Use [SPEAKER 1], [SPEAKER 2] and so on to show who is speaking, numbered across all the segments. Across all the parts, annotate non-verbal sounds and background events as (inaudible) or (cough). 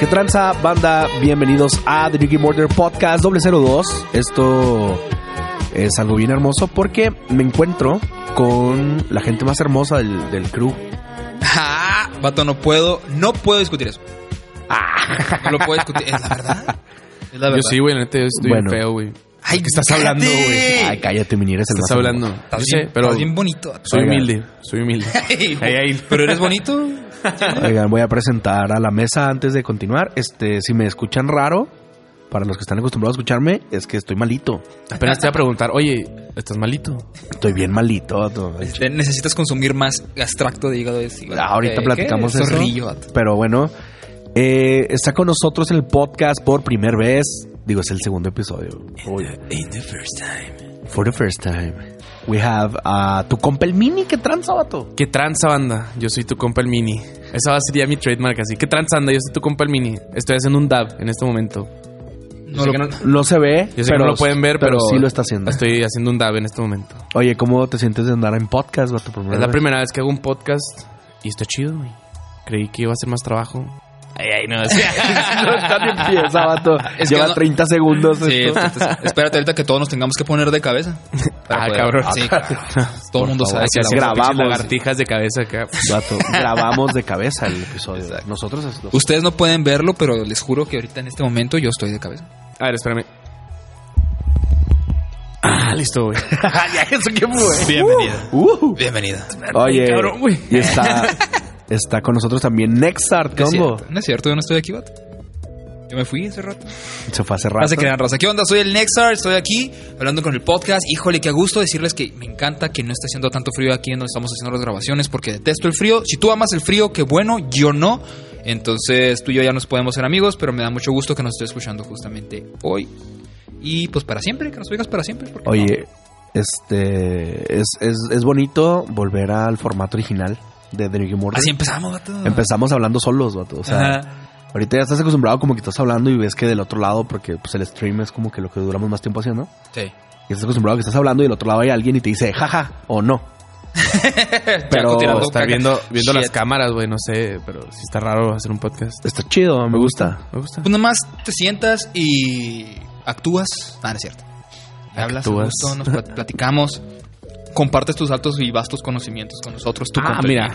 [SPEAKER 1] ¿Qué tranza, banda? Bienvenidos a The Ricky Morder Podcast 002. Esto es algo bien hermoso porque me encuentro con la gente más hermosa del, del crew.
[SPEAKER 2] Ah, vato, no puedo, no puedo discutir eso. No lo puedo discutir, es la verdad. Es la verdad.
[SPEAKER 3] Ah. Yo sí, güey, neta, yo estoy
[SPEAKER 1] Bueno.
[SPEAKER 3] feo, güey.
[SPEAKER 2] Ay,
[SPEAKER 3] ¿Qué estás hablando,
[SPEAKER 2] cállate.
[SPEAKER 3] güey?
[SPEAKER 1] Ay, cállate, mi eres el
[SPEAKER 3] Estás
[SPEAKER 1] más
[SPEAKER 3] hablando.
[SPEAKER 1] hermoso.
[SPEAKER 2] Estás,
[SPEAKER 3] Yo sé,
[SPEAKER 2] bien,
[SPEAKER 3] pero
[SPEAKER 2] estás bien bonito.
[SPEAKER 3] (laughs) soy
[SPEAKER 1] Oiga.
[SPEAKER 3] humilde, soy
[SPEAKER 2] (laughs)
[SPEAKER 3] humilde.
[SPEAKER 2] Pero eres bonito.
[SPEAKER 1] (laughs) Oigan, voy a presentar a la mesa antes de continuar. Este, si me escuchan raro, para los que están acostumbrados a escucharme, es que estoy malito.
[SPEAKER 3] Apenas te iba a preguntar, oye, ¿estás malito?
[SPEAKER 1] Estoy bien malito. vato.
[SPEAKER 2] Este, Necesitas consumir más extracto de hígado. de cigarro.
[SPEAKER 1] Ah, ahorita
[SPEAKER 2] ¿Qué?
[SPEAKER 1] platicamos
[SPEAKER 2] ¿Qué?
[SPEAKER 1] eso.
[SPEAKER 2] Zorrillo, vato.
[SPEAKER 1] Pero bueno, eh, está con nosotros en el podcast por primera vez. Digo, es el segundo episodio.
[SPEAKER 2] In the first time.
[SPEAKER 1] For the first time, we have a tu compa el mini que tranza, vato.
[SPEAKER 3] ¿Qué tranza, banda? Yo soy tu compa el mini. Esa va a ser ya mi trademark, así. ¿Qué tranza, banda? Yo soy tu compa el mini. Estoy haciendo un dab en este momento.
[SPEAKER 2] No lo-
[SPEAKER 1] No se ve,
[SPEAKER 3] Yo sé
[SPEAKER 1] pero
[SPEAKER 3] que no lo pueden ver, pero,
[SPEAKER 1] sí lo está haciendo.
[SPEAKER 3] Estoy haciendo un dab en este momento.
[SPEAKER 1] Oye, ¿cómo te sientes de andar en podcast, vato? Por
[SPEAKER 3] Es la
[SPEAKER 1] vez?
[SPEAKER 3] primera vez que hago un podcast y está chido, güey. Creí que iba a ser más trabajo. Ay, ay, no. sí.
[SPEAKER 1] (laughs) No, está ni empieza, vato.
[SPEAKER 2] Es que
[SPEAKER 1] Lleva
[SPEAKER 2] no-
[SPEAKER 1] 30 segundos.
[SPEAKER 2] Sí,
[SPEAKER 1] esto.
[SPEAKER 2] esto- esto- espérate ahorita que todos nos tengamos que poner de
[SPEAKER 3] (laughs)
[SPEAKER 2] cabeza. Para
[SPEAKER 3] Ah, cabrón.
[SPEAKER 2] Sí,
[SPEAKER 3] (laughs)
[SPEAKER 2] claro. Todo el mundo
[SPEAKER 1] favor,
[SPEAKER 2] sabe
[SPEAKER 3] Así
[SPEAKER 2] que
[SPEAKER 1] hacía-
[SPEAKER 2] la
[SPEAKER 3] haciendo
[SPEAKER 1] grabamos.
[SPEAKER 3] pinches lagartijas de cabeza acá.
[SPEAKER 1] Vato, grabamos de cabeza el episodio. Nosotros es- los-
[SPEAKER 2] Ustedes no pueden verlo, pero les juro que ahorita en este momento yo estoy de cabeza.
[SPEAKER 3] A ver, espérame. Ah, listo, güey.
[SPEAKER 2] Bienvenida.
[SPEAKER 1] Uh.
[SPEAKER 2] Bienvenida.
[SPEAKER 1] Oye,
[SPEAKER 3] cabrón, güey.
[SPEAKER 1] y está, está con nosotros también Nexart, ¿qué
[SPEAKER 2] No es,
[SPEAKER 1] onda?
[SPEAKER 2] cierto, no es cierto, yo no estoy aquí, vato. Yo me fui hace rato.
[SPEAKER 1] Se fue hace rato.
[SPEAKER 2] No se crean, raza. ¿Qué onda? Soy el Nexar, estoy aquí hablando con el podcast. Híjole, qué gusto decirles que me encanta que no esté haciendo tanto frío aquí en donde estamos haciendo las grabaciones porque detesto el frío. Si tú amas el frío, qué bueno, yo no. Entonces tú y yo ya nos podemos ser amigos, pero me da mucho gusto que nos estés escuchando justamente hoy. Y pues para siempre, que nos oigas para siempre. ¿por qué
[SPEAKER 1] Oye, este es, es, es bonito volver al formato original de The Rick and
[SPEAKER 2] no?
[SPEAKER 1] Morty.
[SPEAKER 2] así empezamos, vato.
[SPEAKER 1] Empezamos hablando solos, vato. O sea,
[SPEAKER 2] Ajá.
[SPEAKER 1] ahorita ya estás acostumbrado como que estás hablando y ves que del otro lado, porque pues el stream es como que lo que duramos más tiempo haciendo.
[SPEAKER 2] Sí.
[SPEAKER 1] Y estás acostumbrado a que estás hablando y del otro lado hay alguien y te dice jaja o no. Pero
[SPEAKER 2] Chaco tirando
[SPEAKER 3] Estar
[SPEAKER 2] caca.
[SPEAKER 3] viendo, viendo las
[SPEAKER 2] Shit.
[SPEAKER 3] cámaras, güey, no sé, pero sí está raro hacer un podcast.
[SPEAKER 1] está chido, me gusta.
[SPEAKER 3] Me gusta.
[SPEAKER 2] Pues nomás te sientas y actúas. Ah, no es cierto. Hablas, a
[SPEAKER 3] Actúas.
[SPEAKER 2] gusto, nos plat- platicamos, compartes tus altos y vastos conocimientos con nosotros. Tú
[SPEAKER 3] ah,
[SPEAKER 2] con-
[SPEAKER 3] mira.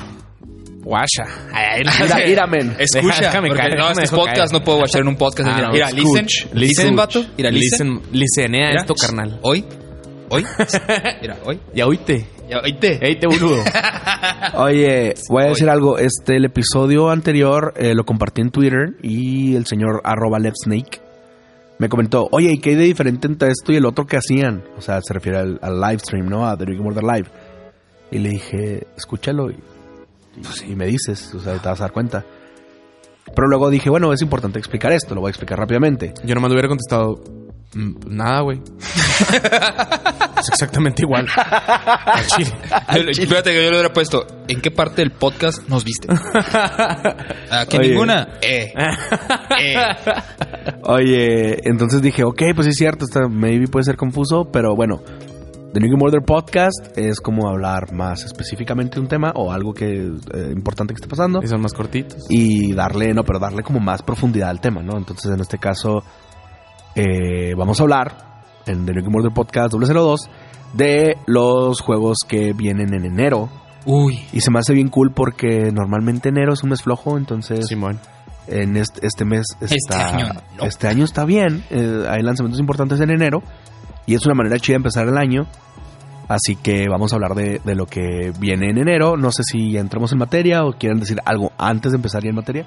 [SPEAKER 3] Guasha.
[SPEAKER 2] (laughs)
[SPEAKER 3] Ay, ay,
[SPEAKER 1] Mira, mira, men.
[SPEAKER 2] Escucha,
[SPEAKER 3] Déjame
[SPEAKER 2] porque no, este
[SPEAKER 3] caer, déjame
[SPEAKER 2] es
[SPEAKER 3] dejo
[SPEAKER 2] podcast,
[SPEAKER 3] caer.
[SPEAKER 2] no puedo watchar en un podcast.
[SPEAKER 3] Ah,
[SPEAKER 2] mira,
[SPEAKER 3] no,
[SPEAKER 2] mira,
[SPEAKER 3] escuch,
[SPEAKER 2] listen, listen,
[SPEAKER 3] escuch.
[SPEAKER 2] vato. Mira, listen.
[SPEAKER 3] Listen- Listenea
[SPEAKER 2] Mira,
[SPEAKER 3] esto, carnal.
[SPEAKER 2] Hoy,
[SPEAKER 3] (laughs)
[SPEAKER 2] hoy, mira, hoy.
[SPEAKER 3] Ya oíte.
[SPEAKER 2] Ya, oíste.
[SPEAKER 3] Ey, te boludo.
[SPEAKER 1] Oye, voy a decir algo. Este, el episodio anterior eh, lo compartí en Twitter y el señor arroba LevSnake me comentó, oye, ¿y qué hay de diferente entre esto y el otro que hacían? O sea, se refiere al, al live stream, ¿no? A The Rick and Morty Live. Y le dije, escúchalo y, y- y me dices, o sea, te vas a dar cuenta. Pero luego dije, bueno, es importante explicar esto, lo voy a explicar rápidamente.
[SPEAKER 3] Yo nomás le hubiera contestado. "Mm, pues Nada, güey. es exactamente igual. Al chile.
[SPEAKER 2] Yo- Espérate que yo le hubiera puesto. ¿En qué parte del podcast nos
[SPEAKER 3] (laughs)
[SPEAKER 2] viste? Ah, que
[SPEAKER 1] Oye.
[SPEAKER 2] ninguna. Eh. eh.
[SPEAKER 1] Oye, entonces dije, ok, pues sí es cierto, está, maybe puede ser confuso, pero bueno, The New Game Order Podcast es como hablar más específicamente de un tema o algo que eh, importante que esté pasando
[SPEAKER 3] Y son más cortitos.
[SPEAKER 1] y darle, no, pero darle como más profundidad al tema, ¿no? Entonces en este caso eh, vamos a hablar en The New Game Order Podcast 002 de los juegos que vienen en enero.
[SPEAKER 2] Uy.
[SPEAKER 1] Y se me hace bien cool porque normalmente enero es un mes flojo, entonces
[SPEAKER 3] Simón.
[SPEAKER 1] en este, este mes está,
[SPEAKER 2] Este año no.
[SPEAKER 1] este año está bien. eh, hay lanzamientos importantes en enero y es una manera chida de empezar el año. Así que vamos a hablar de, de lo que viene en enero. No sé si ya entramos en materia o quieren decir algo antes de empezar ya en materia.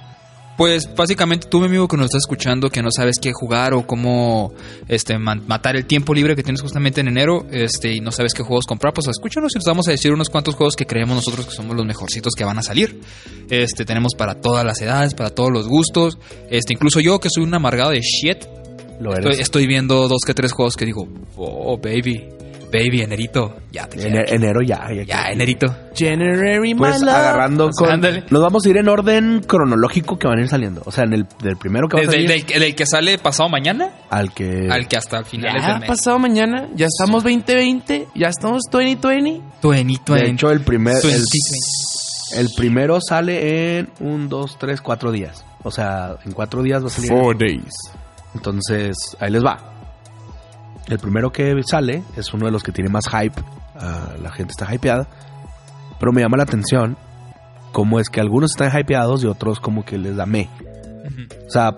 [SPEAKER 2] Pues básicamente tú, mi amigo que nos estás escuchando, que no sabes qué jugar o cómo este, man- matar el tiempo libre que tienes justamente en enero este, y no sabes qué juegos comprar, pues escúchanos y nos vamos a decir unos cuantos juegos que creemos nosotros que somos los mejorcitos que van a salir. Este, tenemos para todas las edades, para todos los gustos. Este, incluso yo, que soy un amargado de shit,
[SPEAKER 1] Lo
[SPEAKER 2] estoy,
[SPEAKER 1] eres.
[SPEAKER 2] estoy viendo dos que tres juegos que digo, oh, baby. Baby, enerito. Ya, te
[SPEAKER 1] Ene- e-, enero ya. Ya,
[SPEAKER 2] Ya, enerito.
[SPEAKER 3] January, my
[SPEAKER 1] Pues
[SPEAKER 3] love.
[SPEAKER 1] agarrando con.
[SPEAKER 2] ándale.
[SPEAKER 1] Nos vamos a ir en orden cronológico que van a ir saliendo. O sea, en el del primero que va a
[SPEAKER 2] Desde
[SPEAKER 1] salir
[SPEAKER 2] el, del- del que sale pasado mañana
[SPEAKER 1] al que.
[SPEAKER 2] al que hasta finales
[SPEAKER 3] Ya pues,
[SPEAKER 2] del mes.
[SPEAKER 3] pasado mañana, ya estamos 2020, ya estamos 2020.
[SPEAKER 2] Tuenito
[SPEAKER 1] de hecho, el primer. El,
[SPEAKER 2] Twenty.
[SPEAKER 1] el primero sale en un, dos, tres, cuatro días. O sea, en cuatro días va a salir.
[SPEAKER 3] days.
[SPEAKER 1] Entonces, ahí les va. El primero que sale es uno de los que tiene más hype. Ah, la gente está hypeada. Pero me llama la atención cómo es que algunos están hypeados y otros como que les da me. O sea...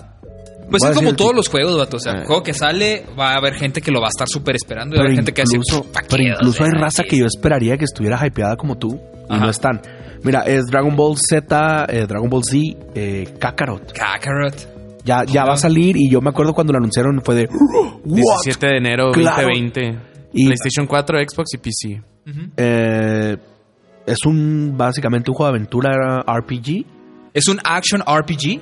[SPEAKER 2] Pues
[SPEAKER 1] voy a
[SPEAKER 2] es como
[SPEAKER 1] decir-
[SPEAKER 2] todos los juegos, vato. O sea, el
[SPEAKER 1] Eh.
[SPEAKER 2] juego que sale, va a haber gente que lo va a estar súper esperando. Y va a
[SPEAKER 1] Pero
[SPEAKER 2] haber gente que
[SPEAKER 1] incluso,
[SPEAKER 2] hace.
[SPEAKER 1] pero incluso hay raza que yo esperaría que estuviera hypeada como tú. Y
[SPEAKER 2] Ajá.
[SPEAKER 1] no están. Mira, es Dragon Ball Z, eh, Dragon Ball Z, eh, Kakarot.
[SPEAKER 2] Kakarot.
[SPEAKER 1] Ya, ya va a salir y yo me acuerdo cuando lo anunciaron fue de... "What?".
[SPEAKER 3] 17 de enero
[SPEAKER 1] Claro.
[SPEAKER 3] 2020.
[SPEAKER 1] Y-
[SPEAKER 3] PlayStation 4, Xbox y PC.
[SPEAKER 2] Ujú.
[SPEAKER 1] Eh, es un básicamente un juego de aventura RPG.
[SPEAKER 2] Es un action RPG.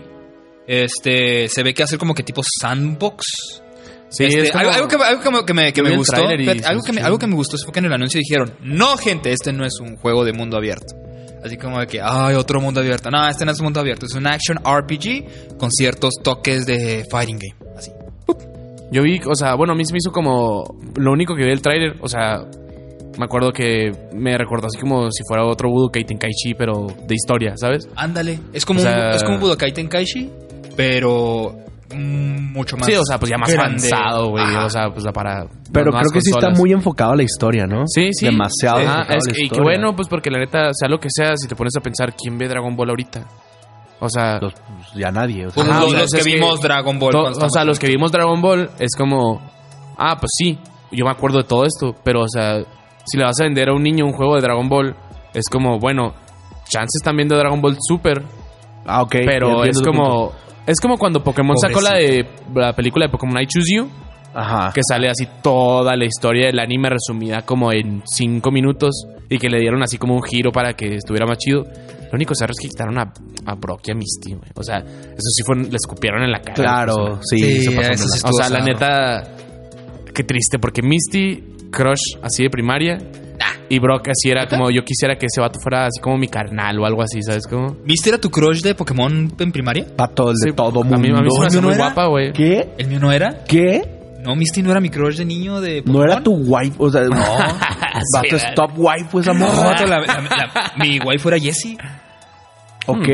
[SPEAKER 2] Este, se ve que hace como que tipo sandbox.
[SPEAKER 3] Sí,
[SPEAKER 2] Este,
[SPEAKER 3] es como-
[SPEAKER 2] algo, algo que, algo que me, que me- que
[SPEAKER 3] Yo
[SPEAKER 2] me
[SPEAKER 3] vi el
[SPEAKER 2] gustó,
[SPEAKER 3] tráiler y
[SPEAKER 2] fíjate,
[SPEAKER 3] se
[SPEAKER 2] algo, que me,
[SPEAKER 3] escuchó.
[SPEAKER 2] algo que me gustó fue que en el anuncio dijeron, no gente, este no es un juego de mundo abierto. Así como de que, ay, otro mundo abierto. No, este no es un mundo abierto, es un action RPG con ciertos toques de fighting game. Así.
[SPEAKER 3] Yo vi, o sea, bueno, a mí se me hizo como lo único que vi del tráiler, o sea, me acuerdo que me recordó así como si fuera otro Budokai Tenkaichi, pero de historia, ¿sabes?
[SPEAKER 2] Ándale. Es como,
[SPEAKER 3] O sea-
[SPEAKER 2] un, es como un Budokai Tenkaichi, pero mm, mucho más.
[SPEAKER 3] Sí, o sea, pues ya más
[SPEAKER 2] grande.
[SPEAKER 3] avanzado, güey,
[SPEAKER 2] Ajá.
[SPEAKER 3] o sea, pues da para
[SPEAKER 1] Pero
[SPEAKER 3] las
[SPEAKER 1] creo que sí está
[SPEAKER 3] consolas.
[SPEAKER 1] muy enfocado a la historia, ¿no?
[SPEAKER 3] Sí, sí.
[SPEAKER 1] Demasiado.
[SPEAKER 3] Ajá,
[SPEAKER 1] enfocado a
[SPEAKER 3] es
[SPEAKER 1] la
[SPEAKER 3] que- y que
[SPEAKER 1] historia.
[SPEAKER 3] bueno, pues porque la neta, sea lo que sea, si te pones a pensar, ¿quién ve Dragon Ball ahorita? O sea,
[SPEAKER 1] Los- ya nadie. o sea,
[SPEAKER 2] Pues
[SPEAKER 3] Ajá,
[SPEAKER 2] los,
[SPEAKER 3] o sea,
[SPEAKER 2] los que
[SPEAKER 3] es que
[SPEAKER 2] vimos Dragon Ball.
[SPEAKER 3] to-
[SPEAKER 2] cuando
[SPEAKER 3] o sea,
[SPEAKER 2] estábamos-
[SPEAKER 3] los que vimos Dragon Ball es como, ah, pues sí, yo me acuerdo de todo esto, pero o sea, si le vas a vender a un niño un juego de Dragon Ball, es como, bueno, chances están viendo Dragon Ball Super,
[SPEAKER 1] ah, ok.
[SPEAKER 3] pero
[SPEAKER 1] entiendo
[SPEAKER 3] es
[SPEAKER 1] tu punto.
[SPEAKER 3] como, es como cuando Pokémon sacó la de la película de Pokémon I Choose You,
[SPEAKER 1] Ajá.
[SPEAKER 3] que sale así toda la historia del anime resumida como en cinco minutos y que le dieron así como un giro para que estuviera más chido. Lo único que es que quitaron a, a Brock y a Misty, güey. O sea, eso sí fue, le escupieron en la cara.
[SPEAKER 1] Claro,
[SPEAKER 3] pues,
[SPEAKER 1] sí.
[SPEAKER 2] Sí,
[SPEAKER 1] se pasó
[SPEAKER 2] eso
[SPEAKER 1] de
[SPEAKER 2] sí
[SPEAKER 1] lanza.
[SPEAKER 3] O sea, la
[SPEAKER 2] Estuvo
[SPEAKER 3] neta, qué triste, porque Misty, crush así de primaria, y Brock así era como, yo quisiera que ese vato fuera así como mi carnal o algo así, ¿sabes cómo?
[SPEAKER 2] ¿Viste era tu crush de Pokémon en primaria?
[SPEAKER 1] Pato, el de
[SPEAKER 3] Sí,
[SPEAKER 1] todo mundo.
[SPEAKER 3] A mí, a mí se me hace
[SPEAKER 2] ¿No
[SPEAKER 3] muy
[SPEAKER 2] era?
[SPEAKER 3] guapa, güey.
[SPEAKER 1] ¿Qué?
[SPEAKER 2] ¿El mío no era?
[SPEAKER 1] ¿Qué?
[SPEAKER 2] No, Misty no era mi crush de niño de
[SPEAKER 1] ¿No
[SPEAKER 2] Pokémon.
[SPEAKER 1] era tu wife? O sea, (laughs) no.
[SPEAKER 3] (laughs) Sí,
[SPEAKER 1] Vato,
[SPEAKER 3] ¿verdad?
[SPEAKER 1] stop wife, pues, amor.
[SPEAKER 2] No, vato, la- la- la- mi waifu era Jessie.
[SPEAKER 1] Ok.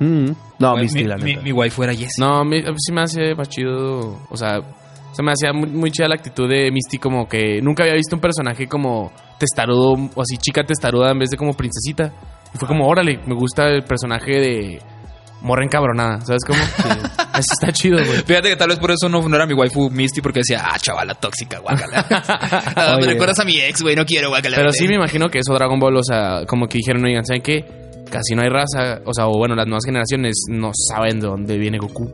[SPEAKER 1] Mm. (laughs)
[SPEAKER 3] Pues,
[SPEAKER 1] No, Misty,
[SPEAKER 2] mi,
[SPEAKER 1] la
[SPEAKER 2] mi,
[SPEAKER 1] neta.
[SPEAKER 2] mi waifu era Jessie.
[SPEAKER 3] No, a mí a mí sí me hace más chido. O sea, se me hacía muy, muy chida la actitud de Misty, como que nunca había visto un personaje como testarudo o así, chica testaruda en vez de como princesita. Y fue como, órale, me gusta el personaje de morra encabronada, ¿sabes cómo? Que- Eso está chido, güey.
[SPEAKER 2] Fíjate que tal vez por eso no, no era mi waifu Misty, porque decía, ah, chavala tóxica, (laughs) guácala. Ah, me
[SPEAKER 1] Oye.
[SPEAKER 2] recuerdas a mi ex, güey, no quiero, guácala.
[SPEAKER 3] Pero
[SPEAKER 2] vete.
[SPEAKER 3] sí me imagino que eso Dragon Ball, o sea, como que dijeron, oigan, ¿saben qué? Casi no hay raza, o sea, o bueno, las nuevas generaciones no saben de dónde viene Goku.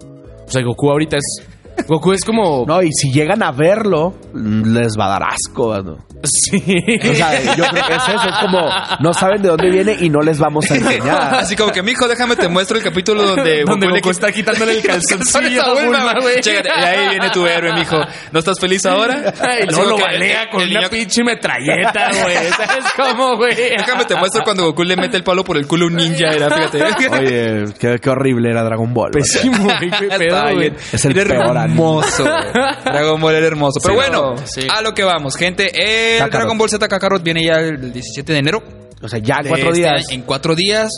[SPEAKER 3] O sea, Goku ahorita es... Goku es como...
[SPEAKER 1] No, y si llegan a verlo, les va a dar asco, vato.
[SPEAKER 3] (laughs) Sí.
[SPEAKER 1] O sea, yo creo que es eso, es como no saben de dónde viene y no les vamos a enseñar.
[SPEAKER 2] (laughs) Así como que, mijo, déjame te muestro el capítulo donde,
[SPEAKER 3] (laughs) Donde
[SPEAKER 2] le quita-
[SPEAKER 3] Goku está quitándole
[SPEAKER 2] (laughs)
[SPEAKER 3] el calzoncillo a Bulma, güey.
[SPEAKER 2] Chécate, y ahí viene tu héroe, mijo. ¿No estás feliz ahora?
[SPEAKER 3] (laughs) Ay,
[SPEAKER 2] Así
[SPEAKER 3] no
[SPEAKER 2] como
[SPEAKER 3] lo
[SPEAKER 2] que
[SPEAKER 3] balea
[SPEAKER 2] el-
[SPEAKER 3] con
[SPEAKER 2] el
[SPEAKER 3] una
[SPEAKER 2] niño-
[SPEAKER 3] pinche metralleta, güey. ¿Sabes cómo, güey?
[SPEAKER 2] (laughs) Déjame te muestro cuando Goku le mete el palo por el culo a un ninja, era,
[SPEAKER 3] (laughs)
[SPEAKER 2] fíjate.
[SPEAKER 1] Oye, qué, qué horrible era Dragon Ball. o sea.
[SPEAKER 3] Pésimo, güey.
[SPEAKER 2] (laughs)
[SPEAKER 3] Qué
[SPEAKER 2] Está
[SPEAKER 3] pedo, güey.
[SPEAKER 2] bien.
[SPEAKER 1] Es el
[SPEAKER 2] Era
[SPEAKER 1] peor anime.
[SPEAKER 2] hermoso. güey. (laughs) Dragon Ball era hermoso. Pero
[SPEAKER 3] Sí,
[SPEAKER 2] bueno,
[SPEAKER 3] no, sí.
[SPEAKER 2] a lo que vamos, gente. El
[SPEAKER 1] Kakarot.
[SPEAKER 2] Dragon Ball Z Kakarot viene ya el 17 de enero.
[SPEAKER 1] O sea, ya en cuatro
[SPEAKER 2] Este,
[SPEAKER 1] días.
[SPEAKER 2] En cuatro días.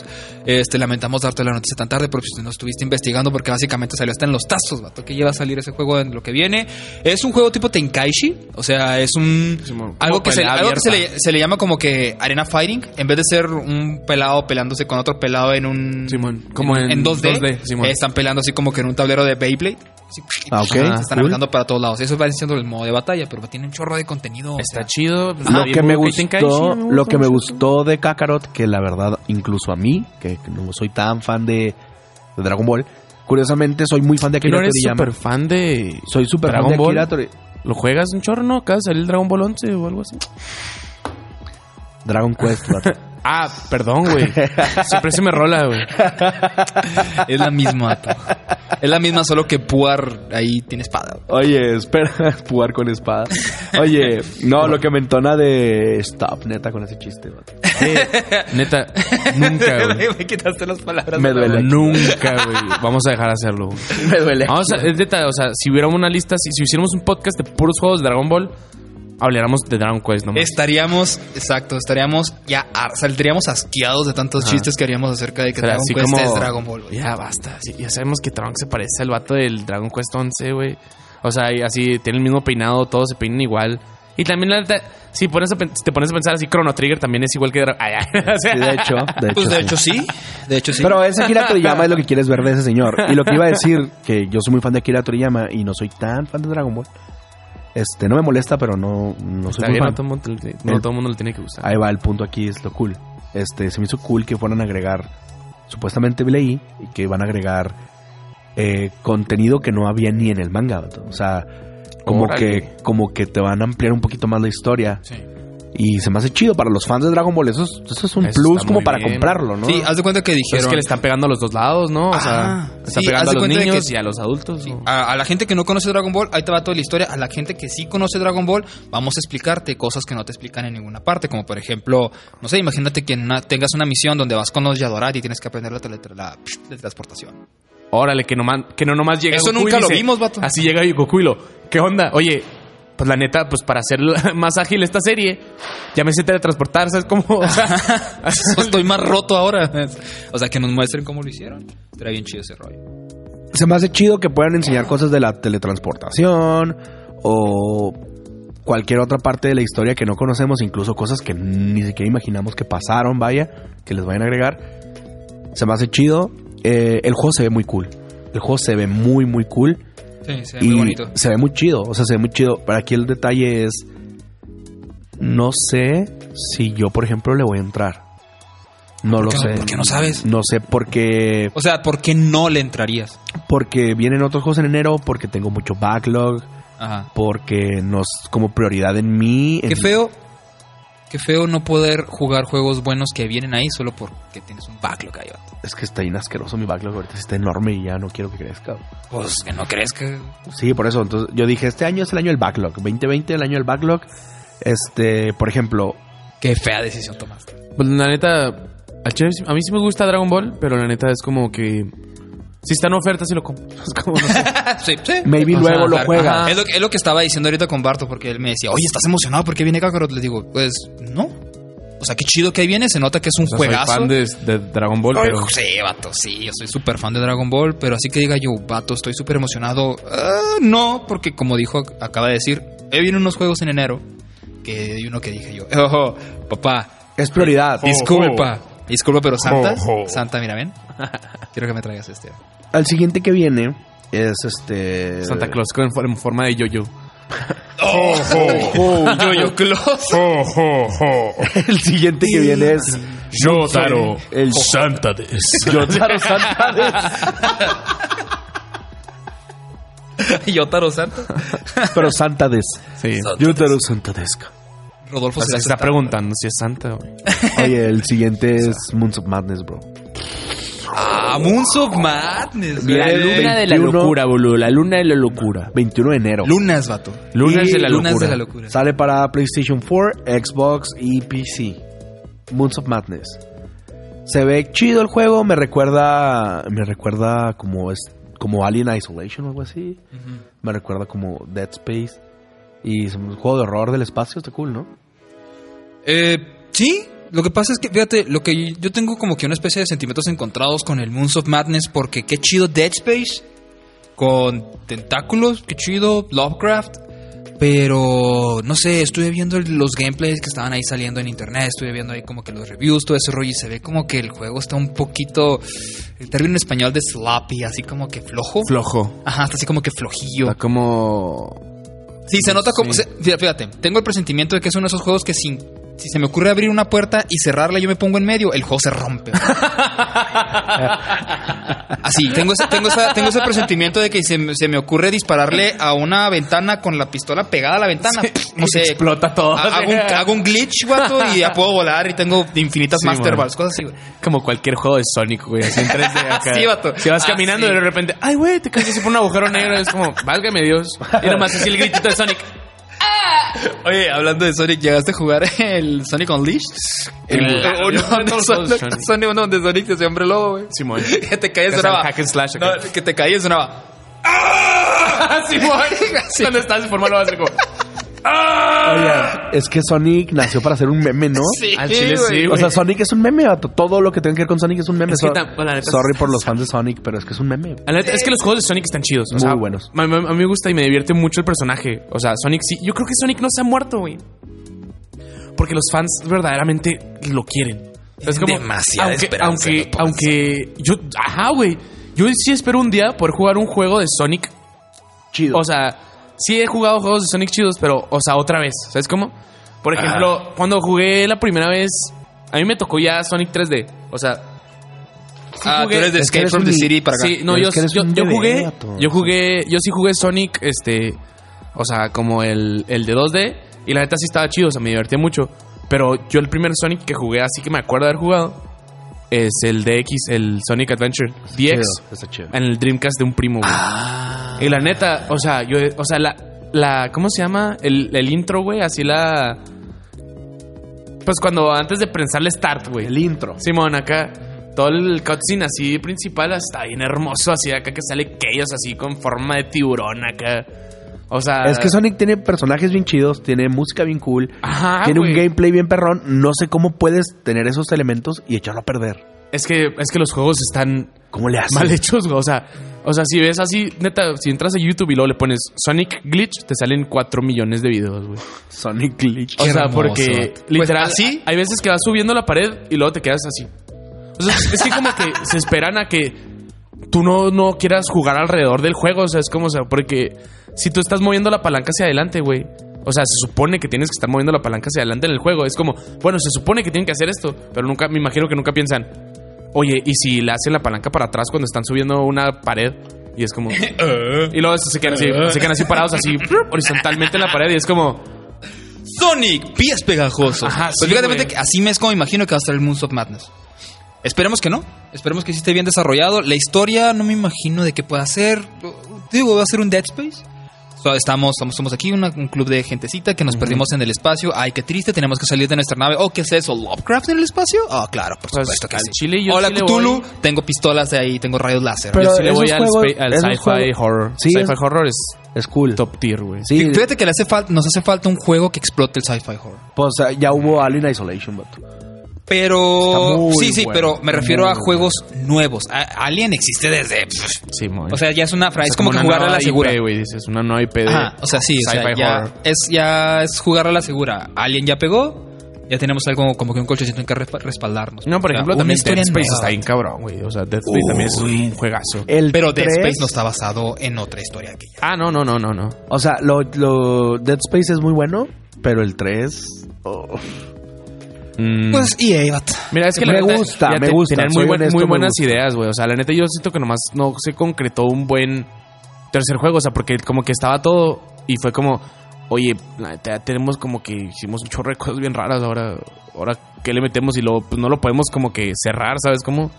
[SPEAKER 2] Este, lamentamos darte la noticia tan tarde porque no estuviste investigando porque básicamente salió hasta en los tazos, vato, que lleva a salir ese juego en lo que viene. Es un juego tipo Tenkaichi. O sea, es un...
[SPEAKER 3] Sí, mo-
[SPEAKER 2] algo que, se,
[SPEAKER 3] pelea
[SPEAKER 2] algo que se le,
[SPEAKER 3] abierta.
[SPEAKER 2] se le llama como que arena fighting. En vez de ser un pelado peleándose con otro pelado en un...
[SPEAKER 3] Simón, como en
[SPEAKER 2] 2D.
[SPEAKER 3] 2D, Simón.
[SPEAKER 2] Eh, están peleando así como que en un tablero de Beyblade. Así,
[SPEAKER 1] Ah, ok.
[SPEAKER 2] se están
[SPEAKER 1] Cool.
[SPEAKER 2] aventando para todos lados. Eso va siendo el modo de batalla, pero tiene un chorro de contenido. o
[SPEAKER 3] Está
[SPEAKER 2] sea,
[SPEAKER 3] chido. pues,
[SPEAKER 1] Lo
[SPEAKER 3] David
[SPEAKER 1] que me
[SPEAKER 3] Bowie, Tenkaichi,
[SPEAKER 1] gustó,
[SPEAKER 3] gusta
[SPEAKER 1] lo que me
[SPEAKER 3] mucho.
[SPEAKER 1] gustó de Kakarot, que la verdad, incluso a mí, que que no soy tan fan de, de Dragon Ball, curiosamente soy muy fan de
[SPEAKER 3] Que
[SPEAKER 1] Akira
[SPEAKER 3] no eres
[SPEAKER 1] Toriyama.
[SPEAKER 3] súper fan de...
[SPEAKER 1] Soy súper fan
[SPEAKER 3] Dragon
[SPEAKER 1] de Akira
[SPEAKER 3] Ball.
[SPEAKER 1] Toriyama.
[SPEAKER 3] ¿Lo juegas un chorro, no? Acaba de salir el Dragon Ball 11 o algo así.
[SPEAKER 1] Dragon Quest, vato.
[SPEAKER 3] Ah, perdón, güey. Siempre se me rola, güey.
[SPEAKER 2] es la misma. vato. Es la misma, solo que Puar ahí tiene espada.
[SPEAKER 1] Oye, espera, (laughs) jugar con espada. Oye, no, lo que me entona de stop, neta, con ese chiste. vato.
[SPEAKER 3] Neta, nunca, güey.
[SPEAKER 2] Me quitaste las palabras.
[SPEAKER 1] Me duele.
[SPEAKER 3] Nunca, güey. Vamos a dejar de hacerlo. güey.
[SPEAKER 1] Me duele.
[SPEAKER 3] Vamos a- es neta, o sea, si hubiéramos una lista, si, si hiciéramos un podcast de puros juegos de Dragon Ball, hablaríamos de Dragon Quest nomás.
[SPEAKER 2] Estaríamos, exacto, estaríamos ya, ar- saldríamos asqueados de tantos
[SPEAKER 3] Ajá.
[SPEAKER 2] chistes que haríamos acerca de que
[SPEAKER 3] O sea,
[SPEAKER 2] Dragon
[SPEAKER 3] así
[SPEAKER 2] Quest
[SPEAKER 3] como-
[SPEAKER 2] es Dragon Ball. güey.
[SPEAKER 3] Ya basta. Sí, Ya sabemos que Trunks se parece al vato del Dragon Quest 11, güey. O sea, y así tiene el mismo peinado, todos se peinan igual. Y también la neta, si, pones a pen- si te pones a pensar así, Chrono Trigger también es igual que Dragon (laughs) o sea,
[SPEAKER 1] Sí, de hecho, de hecho.
[SPEAKER 2] Pues de
[SPEAKER 1] sí.
[SPEAKER 2] hecho sí, de hecho sí.
[SPEAKER 1] Pero ese Akira Toriyama es lo que quieres ver de ese señor. Y lo que iba a decir, que yo soy muy fan de Akira Toriyama y no soy tan fan de Dragon Ball. Este, no me molesta, pero no, no soy
[SPEAKER 3] está
[SPEAKER 1] muy
[SPEAKER 3] bien, no
[SPEAKER 1] fan.
[SPEAKER 3] todo el mundo, no todo el mundo le tiene que gustar.
[SPEAKER 1] Ahí va el punto aquí, es lo cool. Este, se me hizo cool que fueran a agregar, supuestamente leí, y que van a agregar eh, contenido que no había ni en el manga. vato. O sea, como
[SPEAKER 3] Órale.
[SPEAKER 1] que, como que te van a ampliar un poquito más la historia.
[SPEAKER 2] Sí.
[SPEAKER 1] Y se me hace chido para los fans de Dragon Ball. Eso es, eso es un
[SPEAKER 3] Eso
[SPEAKER 1] plus
[SPEAKER 3] está
[SPEAKER 1] como
[SPEAKER 3] muy
[SPEAKER 1] para
[SPEAKER 3] bien.
[SPEAKER 1] comprarlo, ¿no?
[SPEAKER 2] Sí, haz de cuenta que
[SPEAKER 3] Pero
[SPEAKER 2] dijeron
[SPEAKER 3] es que le están pegando a los dos lados, ¿no? O sea,
[SPEAKER 2] Ah,
[SPEAKER 3] está
[SPEAKER 2] sí, haz de
[SPEAKER 3] pegando a los
[SPEAKER 2] cuenta de
[SPEAKER 3] niños
[SPEAKER 2] que-
[SPEAKER 3] y a los adultos. ¿no?
[SPEAKER 2] a, a la gente que no conoce Dragon Ball, ahí te va toda la historia. A la gente que sí conoce Dragon Ball, vamos a explicarte cosas que no te explican en ninguna parte. Como por ejemplo, no sé, imagínate que en una- tengas una misión donde vas con los Yadorat y tienes que aprender la, teletra- la, la transportación.
[SPEAKER 3] Órale, que, nomás, que no nomás llega
[SPEAKER 2] Eso
[SPEAKER 3] Goku y
[SPEAKER 2] nunca lo
[SPEAKER 3] dice-
[SPEAKER 2] vimos, vato.
[SPEAKER 3] Así llega Goku y lo, ¿qué onda? Oye, pues la neta, pues para hacer (laughs) más ágil esta serie, ya me sé teletransportar, ¿sabes cómo? O sea,
[SPEAKER 2] Estoy más roto ahora. O sea, que nos muestren cómo lo hicieron. Será bien chido ese rollo.
[SPEAKER 1] se me hace chido que puedan enseñar cosas de la teletransportación o cualquier otra parte de la historia que no conocemos, incluso cosas que ni siquiera imaginamos que pasaron, vaya, que les vayan a agregar. Se me hace chido. Eh, el juego se ve muy cool. El juego se ve muy, muy cool.
[SPEAKER 2] Sí, se ve
[SPEAKER 1] y
[SPEAKER 2] muy bonito.
[SPEAKER 1] se ve muy chido. O sea, se ve muy chido. Para aquí el detalle es. No sé si yo, por ejemplo, le voy a entrar. No lo
[SPEAKER 2] ¿Por qué
[SPEAKER 1] sé.
[SPEAKER 2] no- por qué no sabes?
[SPEAKER 1] No sé porque
[SPEAKER 2] O sea, ¿por qué no le entrarías?
[SPEAKER 1] porque vienen otros juegos en enero, porque tengo mucho backlog,
[SPEAKER 2] Ajá.
[SPEAKER 1] porque no es como prioridad en mí.
[SPEAKER 2] Qué
[SPEAKER 1] en-
[SPEAKER 2] feo. Qué feo no poder jugar juegos buenos que vienen ahí solo porque tienes un backlog ahí. vato.
[SPEAKER 1] Es que está bien asqueroso mi backlog, ahorita está enorme y ya no quiero que crezca.
[SPEAKER 2] Pues que no crees que...
[SPEAKER 1] Sí, por eso, entonces yo dije, este año es el año del backlog, 2020 el año del backlog. Este, por ejemplo,
[SPEAKER 2] Qué fea decisión tomaste.
[SPEAKER 3] (laughs) pues la neta, al chile sí- a mí sí me gusta Dragon Ball, pero la neta es como que... Si está en oferta, sí lo compro. (laughs) Es como, no sé.
[SPEAKER 2] Ah, sí, sí.
[SPEAKER 1] maybe
[SPEAKER 3] O sea,
[SPEAKER 1] luego lo
[SPEAKER 3] claro,
[SPEAKER 1] juega.
[SPEAKER 3] ajá.
[SPEAKER 2] Es lo, que- es lo que estaba diciendo ahorita con Barto, porque él me decía, oye, ¿estás emocionado porque viene Kakarot? Le digo, pues no. O sea, qué chido que ahí viene, se nota que es un
[SPEAKER 3] O sea, soy
[SPEAKER 2] juegazo.
[SPEAKER 3] fan de, de Dragon Ball,
[SPEAKER 2] Ay,
[SPEAKER 3] pero...
[SPEAKER 2] Sí, vato, sí, yo soy súper fan de Dragon Ball, pero así que diga yo, vato, estoy súper emocionado. Ah, no, porque como dijo, acaba de decir, eh, vienen unos juegos en enero, que hay uno que dije yo, (laughs) ojo, papá,
[SPEAKER 1] Es prioridad.
[SPEAKER 2] disculpa, disculpa, pero Santa,
[SPEAKER 3] Ojo.
[SPEAKER 2] Santa, mira, ven, quiero que me traigas (laughs) este.
[SPEAKER 1] Al siguiente que viene es este
[SPEAKER 3] Santa Claus con- en forma de yo-yo.
[SPEAKER 2] ¡Ojo! yo, yo, close.
[SPEAKER 1] el siguiente que viene es
[SPEAKER 4] Jotaro,
[SPEAKER 1] el
[SPEAKER 4] Santa de
[SPEAKER 1] (laughs) Yotaro Santa,
[SPEAKER 2] Yotaro Santa.
[SPEAKER 1] pero Santa Des.
[SPEAKER 3] Sí.
[SPEAKER 1] Yotaro Santa Desca.
[SPEAKER 2] Rodolfo
[SPEAKER 3] O
[SPEAKER 2] será
[SPEAKER 3] sea, se está
[SPEAKER 2] Santa.
[SPEAKER 3] preguntando si es Santa, güey.
[SPEAKER 1] Oye, el siguiente es Moons of Madness, bro.
[SPEAKER 2] Ah, Moons of Madness, güey.
[SPEAKER 1] La luna de la locura,
[SPEAKER 3] boludo. La luna de la locura.
[SPEAKER 1] 21 de enero.
[SPEAKER 2] Lunas, vato.
[SPEAKER 3] Lunas
[SPEAKER 1] Y
[SPEAKER 3] de la
[SPEAKER 2] lunas
[SPEAKER 3] locura.
[SPEAKER 2] de la locura.
[SPEAKER 1] Sale para PlayStation 4, Xbox y PC. Moons of Madness. Se ve chido el juego, me recuerda me recuerda como es como Alien Isolation o algo así.
[SPEAKER 2] Ujú.
[SPEAKER 1] Me recuerda como Dead Space y es un juego de horror del espacio, está cool, ¿no?
[SPEAKER 2] Eh, sí, lo que pasa es que, fíjate, lo que yo tengo como que una especie de sentimientos encontrados con el Moons of Madness, porque qué chido Dead Space, con tentáculos, qué chido Lovecraft, pero no sé, estuve viendo el- los gameplays que estaban ahí saliendo en internet, estuve viendo ahí como que los reviews, todo ese rollo, y se ve como que el juego está un poquito, el término en español de sloppy, así como que flojo.
[SPEAKER 3] Flojo.
[SPEAKER 2] Ajá, está así como que flojillo.
[SPEAKER 3] Está como...
[SPEAKER 2] Sí, se nota Ah, como.
[SPEAKER 3] Sí.
[SPEAKER 2] se- fíjate, fíjate, tengo el presentimiento de que es uno de esos juegos que sin si se me ocurre abrir una puerta y cerrarla, yo me pongo en medio, el juego se
[SPEAKER 3] (laughs)
[SPEAKER 2] rompe. güey. Así, tengo ese, tengo esa- tengo ese presentimiento de que se, me- se me ocurre dispararle a una ventana con la pistola pegada a la ventana. No sé,
[SPEAKER 3] Explota todo.
[SPEAKER 2] ha- (laughs) Hago un, hago un glitch, guato, y ya puedo volar y tengo infinitas
[SPEAKER 3] Sí,
[SPEAKER 2] Master
[SPEAKER 3] man.
[SPEAKER 2] Balls, cosas así, güey.
[SPEAKER 3] Como cualquier juego de Sonic, güey. Así en 3D acá.
[SPEAKER 2] Sí, vato.
[SPEAKER 3] Si vas
[SPEAKER 2] Ah,
[SPEAKER 3] caminando
[SPEAKER 2] sí.
[SPEAKER 3] y de repente, ay, güey, te caes así por un agujero negro. Es como, válgame Dios. Y nomás así el gritito de Sonic.
[SPEAKER 2] Oye, hablando de Sonic, ¿llegaste a jugar el Sonic Unleashed? El, uno
[SPEAKER 3] Claro, Ah, yo jugué
[SPEAKER 2] donde
[SPEAKER 3] todos los
[SPEAKER 2] Sonic,
[SPEAKER 3] Sonic.
[SPEAKER 2] Sonic- uno donde Sonic se hace hombre lobo, güey.
[SPEAKER 3] Simón.
[SPEAKER 2] (laughs) Que te caes
[SPEAKER 3] Que
[SPEAKER 2] sonaba.
[SPEAKER 3] hace el hack and slash acá.
[SPEAKER 2] No, que te caes sonaba.
[SPEAKER 3] ¡Ah! (laughs)
[SPEAKER 2] (laughs)
[SPEAKER 3] Simón. Cuando estás en forma lo vas a hacer como.
[SPEAKER 1] Oye, es que Sonic nació para ser un meme, ¿no?
[SPEAKER 3] Al chile
[SPEAKER 2] güey.
[SPEAKER 3] (laughs) sí,
[SPEAKER 1] O
[SPEAKER 3] güey.
[SPEAKER 1] sea, Sonic es un meme, vato. Todo lo que tenga que ver con Sonic es un meme.
[SPEAKER 3] Es que
[SPEAKER 1] So-
[SPEAKER 3] tam- la neta-
[SPEAKER 1] Sorry por los fans de Sonic, pero es que es un meme.
[SPEAKER 3] La neta, Es que los juegos de Sonic están chidos. o
[SPEAKER 1] Muy
[SPEAKER 3] sea,
[SPEAKER 1] buenos.
[SPEAKER 3] A, mí- a mí me gusta y me divierte mucho el personaje. O sea, Sonic sí. Yo creo que Sonic no se ha muerto, güey. Porque los fans verdaderamente lo quieren. Es como.
[SPEAKER 2] Demasiada
[SPEAKER 3] aunque,
[SPEAKER 2] esperanza en los
[SPEAKER 3] Aunque,
[SPEAKER 2] pobres.
[SPEAKER 3] aunque. Yo. Ajá, güey. Yo sí espero un día poder jugar un juego de Sonic.
[SPEAKER 1] Chido.
[SPEAKER 3] O sea, sí he jugado juegos de Sonic chidos, pero, o sea, otra vez. ¿Sabes cómo? Por ejemplo, cuando jugué la primera vez. A mí me tocó ya Sonic 3D. O sea. sí
[SPEAKER 2] Ah, tú
[SPEAKER 3] jugué-
[SPEAKER 2] eres de
[SPEAKER 1] Es que
[SPEAKER 2] Escape
[SPEAKER 1] eres
[SPEAKER 2] from
[SPEAKER 1] un
[SPEAKER 2] the
[SPEAKER 1] ni-
[SPEAKER 2] City para acá.
[SPEAKER 3] Sí, no,
[SPEAKER 1] Pero
[SPEAKER 3] yo,
[SPEAKER 1] es que eres
[SPEAKER 3] yo,
[SPEAKER 1] un
[SPEAKER 3] yo
[SPEAKER 1] bebé,
[SPEAKER 3] jugué.
[SPEAKER 1] vato.
[SPEAKER 3] Yo jugué. Yo sí jugué Sonic, este. O sea, como el, el de 2D. Y la neta sí estaba chido, o sea, me divertía mucho. Pero yo el primer Sonic que jugué, así que me acuerdo de haber jugado, es el DX, el Sonic Adventure
[SPEAKER 1] Chido,
[SPEAKER 3] DX.
[SPEAKER 1] Está chido.
[SPEAKER 3] En el Dreamcast de un primo, güey.
[SPEAKER 1] Ah.
[SPEAKER 3] Y la neta, o sea, yo. O sea, la. la ¿Cómo se llama? El, el intro, güey, así la. Pues cuando antes de prensarle start, güey.
[SPEAKER 1] El intro.
[SPEAKER 3] Simón, acá. Todo el cutscene así principal está bien hermoso, así acá que sale ellos así con forma de tiburón acá. O sea.
[SPEAKER 1] Es que Sonic tiene personajes bien chidos, tiene música bien cool,
[SPEAKER 3] Ajá,
[SPEAKER 1] tiene
[SPEAKER 3] Ah, güey.
[SPEAKER 1] un gameplay bien perrón. No sé cómo puedes tener esos elementos y echarlo a perder.
[SPEAKER 3] Es que, es que los juegos están
[SPEAKER 1] ¿Cómo le haces?
[SPEAKER 3] mal hechos, güey. O sea, o sea, si ves así, neta, si entras a YouTube y luego le pones Sonic Glitch, te salen 4 millones de videos, güey.
[SPEAKER 1] (laughs) Sonic Glitch.
[SPEAKER 3] O
[SPEAKER 2] Qué
[SPEAKER 3] sea,
[SPEAKER 2] hermoso,
[SPEAKER 3] porque
[SPEAKER 2] vato.
[SPEAKER 3] literal,
[SPEAKER 2] Pues, así.
[SPEAKER 3] hay veces que vas subiendo la pared y luego te quedas así. O sea, es que como que se esperan a que tú no, no quieras jugar alrededor del juego. O sea, es como, o sea, porque si tú estás moviendo la palanca hacia adelante, güey. O sea, se supone que tienes que estar moviendo la palanca hacia adelante en el juego. Es como, bueno, se supone que tienen que hacer esto, pero nunca, me imagino que nunca piensan, oye, ¿y si le hacen la palanca para atrás cuando están subiendo una pared? Y es como... Y luego se quedan así, se quedan así parados, así (laughs) horizontalmente en la pared y es como...
[SPEAKER 2] Sonic, pies pegajosos.
[SPEAKER 3] Ajá,
[SPEAKER 2] pues
[SPEAKER 3] sí,
[SPEAKER 2] fíjate,
[SPEAKER 3] güey.
[SPEAKER 2] fíjate que así me es como imagino que va a estar el Moonstop Madness. Esperemos que no. Esperemos que sí esté bien desarrollado. La historia no me imagino de qué pueda ser. Digo, va a ser un Dead Space. So, Estamos, estamos, somos aquí, una- un club de gentecita que nos perdimos en el espacio. Ay, qué triste, tenemos que salir de nuestra nave. Oh, ¿qué es eso? ¿Lovecraft en el espacio? Ah, claro, por
[SPEAKER 3] Pues,
[SPEAKER 2] supuesto que
[SPEAKER 3] al
[SPEAKER 2] sí.
[SPEAKER 3] chile yo
[SPEAKER 2] Hola,
[SPEAKER 3] sí le
[SPEAKER 2] Cthulhu.
[SPEAKER 3] voy.
[SPEAKER 2] Tengo pistolas de ahí, tengo rayos láser.
[SPEAKER 1] Pero-
[SPEAKER 3] yo sí le
[SPEAKER 1] esos
[SPEAKER 3] voy al,
[SPEAKER 1] juegos-
[SPEAKER 3] spe- al
[SPEAKER 1] esos
[SPEAKER 3] sci-fi
[SPEAKER 1] juegos-
[SPEAKER 3] horror.
[SPEAKER 1] Sí,
[SPEAKER 3] sci-fi
[SPEAKER 1] es-
[SPEAKER 3] horror es
[SPEAKER 1] Es cool.
[SPEAKER 3] top tier, güey.
[SPEAKER 1] Sí,
[SPEAKER 2] Fíjate que le hace falta, nos hace falta un juego que explote el sci-fi horror.
[SPEAKER 1] pues ah, ya hubo Alien Isolation, vato. Está
[SPEAKER 2] Pero
[SPEAKER 1] muy
[SPEAKER 2] sí, sí,
[SPEAKER 1] bueno,
[SPEAKER 2] pero me
[SPEAKER 1] muy
[SPEAKER 2] refiero a
[SPEAKER 1] bueno.
[SPEAKER 2] juegos nuevos. A- Alien existe desde, pff,
[SPEAKER 3] Sí, muy.
[SPEAKER 2] o sea, ya es una frase, es como,
[SPEAKER 3] una
[SPEAKER 2] que jugar a
[SPEAKER 3] nueva
[SPEAKER 2] la segura.
[SPEAKER 3] IP, güey, dices, una nueva IP de
[SPEAKER 2] Ajá, o sea, sí, o sea,
[SPEAKER 3] sci-fi
[SPEAKER 2] ya
[SPEAKER 3] horror.
[SPEAKER 2] es ya es jugar a la segura. Alien ya pegó, ya tenemos algo como que un colchecito en que respa- respaldarnos.
[SPEAKER 3] No,
[SPEAKER 2] O
[SPEAKER 3] por
[SPEAKER 2] sea,
[SPEAKER 3] ejemplo,
[SPEAKER 2] una
[SPEAKER 3] también Dead
[SPEAKER 2] historia
[SPEAKER 3] Space
[SPEAKER 2] nueva. Uh.
[SPEAKER 3] está bien cabrón, güey. O sea, Dead Space también es un juegazo.
[SPEAKER 1] El
[SPEAKER 2] Pero Dead
[SPEAKER 1] tres-
[SPEAKER 2] Space no está basado en otra historia que ya.
[SPEAKER 3] Ah, no, no, no, no, no.
[SPEAKER 1] O sea, lo, lo- Dead Space es muy bueno, pero el 3...
[SPEAKER 3] Mm.
[SPEAKER 2] Pues y ahí vato.
[SPEAKER 3] Mira, es que
[SPEAKER 1] me
[SPEAKER 3] la neta,
[SPEAKER 1] gusta,
[SPEAKER 3] ya
[SPEAKER 1] me
[SPEAKER 3] te-
[SPEAKER 1] gusta,
[SPEAKER 3] Tenían
[SPEAKER 1] soy
[SPEAKER 3] muy, buen-
[SPEAKER 1] honesto,
[SPEAKER 3] muy
[SPEAKER 1] me
[SPEAKER 3] buenas
[SPEAKER 1] gusta.
[SPEAKER 3] ideas, güey. O sea, la neta, yo siento que nomás no se concretó un buen tercer juego. O sea, porque como que estaba todo y fue como, oye, la neta, ya tenemos como que hicimos un chorro de cosas bien raras. Ahora, ahora ¿qué le metemos? Y luego pues, no lo podemos como que cerrar, ¿sabes cómo?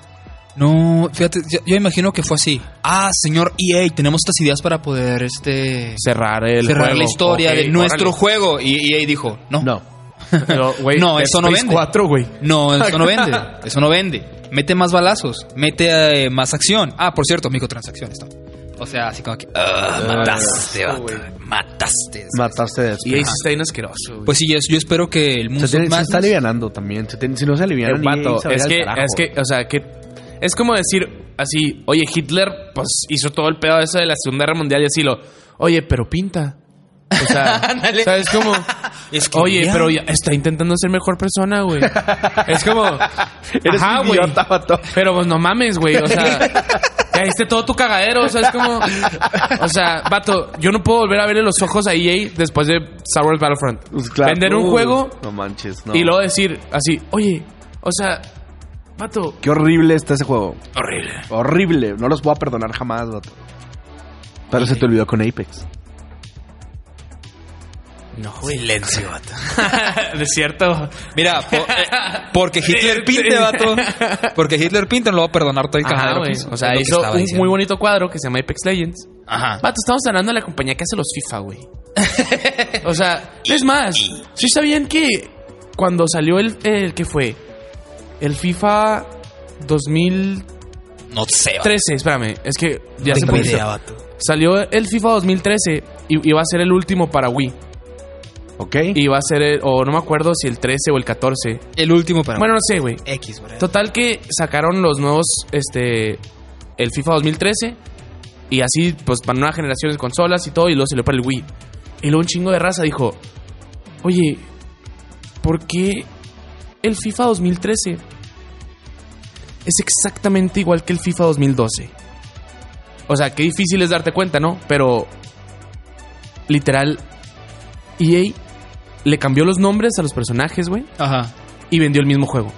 [SPEAKER 2] No, fíjate, yo, yo imagino que fue así. Ah, señor EA, tenemos estas ideas para poder este
[SPEAKER 3] Cerrar el
[SPEAKER 2] cerrar
[SPEAKER 3] juego.
[SPEAKER 2] la historia
[SPEAKER 3] Ok,
[SPEAKER 2] de nuestro
[SPEAKER 3] órale.
[SPEAKER 2] juego y EA dijo, "No,
[SPEAKER 1] No.
[SPEAKER 3] (laughs) Pero, güey,
[SPEAKER 2] No,
[SPEAKER 3] Dead
[SPEAKER 2] eso no
[SPEAKER 3] Space
[SPEAKER 2] vende.
[SPEAKER 3] 4, güey. (laughs)
[SPEAKER 2] No, eso no vende. Eso no vende. Mete más balazos. Mete eh, más acción. Ah, por cierto, microtransacciones. ¿no? O sea, así como que. ah, mataste, vato, Mataste.
[SPEAKER 1] Mataste Dead Space.
[SPEAKER 3] Y ahí sí está bien asqueroso, güey.
[SPEAKER 2] Pues sí, es- yo espero que el mundo.
[SPEAKER 1] Se, tiene- se
[SPEAKER 2] más-
[SPEAKER 1] está alivianando también. se tiene- si no se
[SPEAKER 3] Eh,
[SPEAKER 1] alivianan,
[SPEAKER 3] vato,
[SPEAKER 1] EA se va a ir
[SPEAKER 3] es
[SPEAKER 1] al
[SPEAKER 3] que,
[SPEAKER 1] carajo.
[SPEAKER 3] es que, o sea, que es como decir así, oye, Hitler, pues hizo todo el pedo eso de la Segunda Guerra Mundial y así lo, oye, pero pinta.
[SPEAKER 1] (laughs)
[SPEAKER 3] O sea,
[SPEAKER 2] Ándale.
[SPEAKER 3] ¿sabes cómo?
[SPEAKER 2] Es que
[SPEAKER 3] oye,
[SPEAKER 2] mira.
[SPEAKER 3] pero ya está intentando ser mejor persona, güey. Es como,
[SPEAKER 1] Eres (laughs)
[SPEAKER 3] ajá,
[SPEAKER 1] un
[SPEAKER 3] güey.
[SPEAKER 1] idiota, vato. (laughs)
[SPEAKER 3] Pero pues no mames, güey, o sea, Ya viste todo tu cagadero, o sea, es como. O sea, vato, yo no puedo volver a verle los ojos a EA después de Star Wars Battlefront.
[SPEAKER 1] Pues, claro.
[SPEAKER 3] Vender un
[SPEAKER 1] Uy,
[SPEAKER 3] juego
[SPEAKER 1] No manches, no.
[SPEAKER 3] y luego decir así, oye, o sea, vato,
[SPEAKER 1] Qué horrible está ese juego.
[SPEAKER 3] horrible.
[SPEAKER 1] Horrible. No los voy a perdonar jamás, vato. Pero se te olvidó con Apex.
[SPEAKER 3] No, güey.
[SPEAKER 2] Silencio, vato.
[SPEAKER 3] (laughs) De cierto.
[SPEAKER 2] Mira, po-
[SPEAKER 3] (laughs)
[SPEAKER 2] eh, porque Hitler pinte, vato. Porque Hitler pinte, no lo va a perdonar todo el
[SPEAKER 3] Ajá,
[SPEAKER 2] cajadero.
[SPEAKER 3] güey.
[SPEAKER 2] pues,
[SPEAKER 3] O sea,
[SPEAKER 2] es lo que
[SPEAKER 3] hizo
[SPEAKER 2] estaba
[SPEAKER 3] un
[SPEAKER 2] diciendo.
[SPEAKER 3] muy bonito cuadro que se llama Apex Legends.
[SPEAKER 2] Ajá.
[SPEAKER 3] Vato, estamos hablando de la compañía que hace los
[SPEAKER 2] (laughs)
[SPEAKER 3] FIFA, güey. o sea, es más, ¿sí sabían que cuando salió el, el que fue? El FIFA 2013,
[SPEAKER 2] No sé, vato.
[SPEAKER 3] espérame, es que ya se
[SPEAKER 2] tengo
[SPEAKER 3] me
[SPEAKER 2] idea,
[SPEAKER 3] olvidó.
[SPEAKER 2] vato.
[SPEAKER 3] Salió el FIFA 2013 y iba a ser el último para Wii.
[SPEAKER 1] ¿Ok?
[SPEAKER 3] Iba a ser, el- o no me acuerdo si el 13 o el 14.
[SPEAKER 2] El último para
[SPEAKER 3] Bueno, no sé, güey.
[SPEAKER 2] X, bro.
[SPEAKER 3] Total que sacaron los nuevos, este, el FIFA 2013 y así, pues para nuevas generaciones de consolas y todo, y luego se le para el Wii. Y luego un chingo de raza dijo, oye, ¿por qué el FIFA 2013 es exactamente igual que el FIFA 2012? O sea, qué difícil es darte cuenta, ¿no? Pero, literal, EA le cambió los nombres a los personajes, güey,
[SPEAKER 2] Ajá.
[SPEAKER 3] y vendió el mismo juego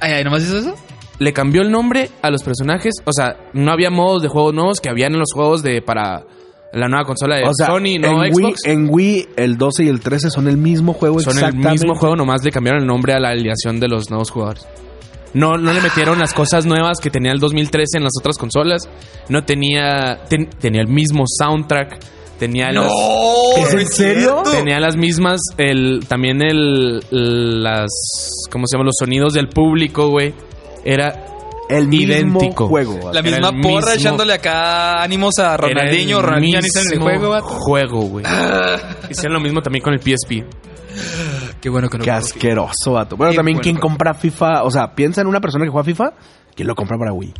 [SPEAKER 2] Ay, ay, ¿nomás hizo eso?
[SPEAKER 3] le cambió el nombre a los personajes. O sea, no había modos de juego nuevos que habían en los juegos de para la nueva consola de
[SPEAKER 1] O sea,
[SPEAKER 3] Sony, no
[SPEAKER 1] en, Wii,
[SPEAKER 3] Xbox.
[SPEAKER 1] en Wii el 12 y el 13 son el mismo juego
[SPEAKER 3] Son el
[SPEAKER 1] exactamente.
[SPEAKER 3] mismo juego, nomás le cambiaron el nombre a la alineación de los nuevos jugadores. No, no le metieron las cosas nuevas que tenía el 2013 en las otras consolas. No tenía. ten- tenía el mismo soundtrack. Tenía las.
[SPEAKER 1] ¿Es en serio?
[SPEAKER 3] Oh, Tenía las mismas, el, también el, las, ¿cómo se llama? Los sonidos del público, güey. Era
[SPEAKER 1] El mismo
[SPEAKER 3] idéntico.
[SPEAKER 1] juego. vato.
[SPEAKER 2] La
[SPEAKER 3] Era
[SPEAKER 2] misma
[SPEAKER 3] el
[SPEAKER 2] porra
[SPEAKER 3] mismo-
[SPEAKER 2] echándole acá ánimos a
[SPEAKER 3] Era
[SPEAKER 2] Ronaldinho,
[SPEAKER 3] el
[SPEAKER 2] Ronaldinho Anisa en el
[SPEAKER 3] mismo
[SPEAKER 2] juego, vato.
[SPEAKER 3] juego, güey. (laughs) Hicieron lo mismo también con el PSP.
[SPEAKER 2] Qué bueno que no.
[SPEAKER 1] Qué asqueroso, vato. Bueno,
[SPEAKER 2] Qué
[SPEAKER 1] también
[SPEAKER 2] buen
[SPEAKER 1] quien
[SPEAKER 2] juego.
[SPEAKER 1] compra FIFA, o sea, piensa en una persona que juega FIFA, que lo compra para Wii.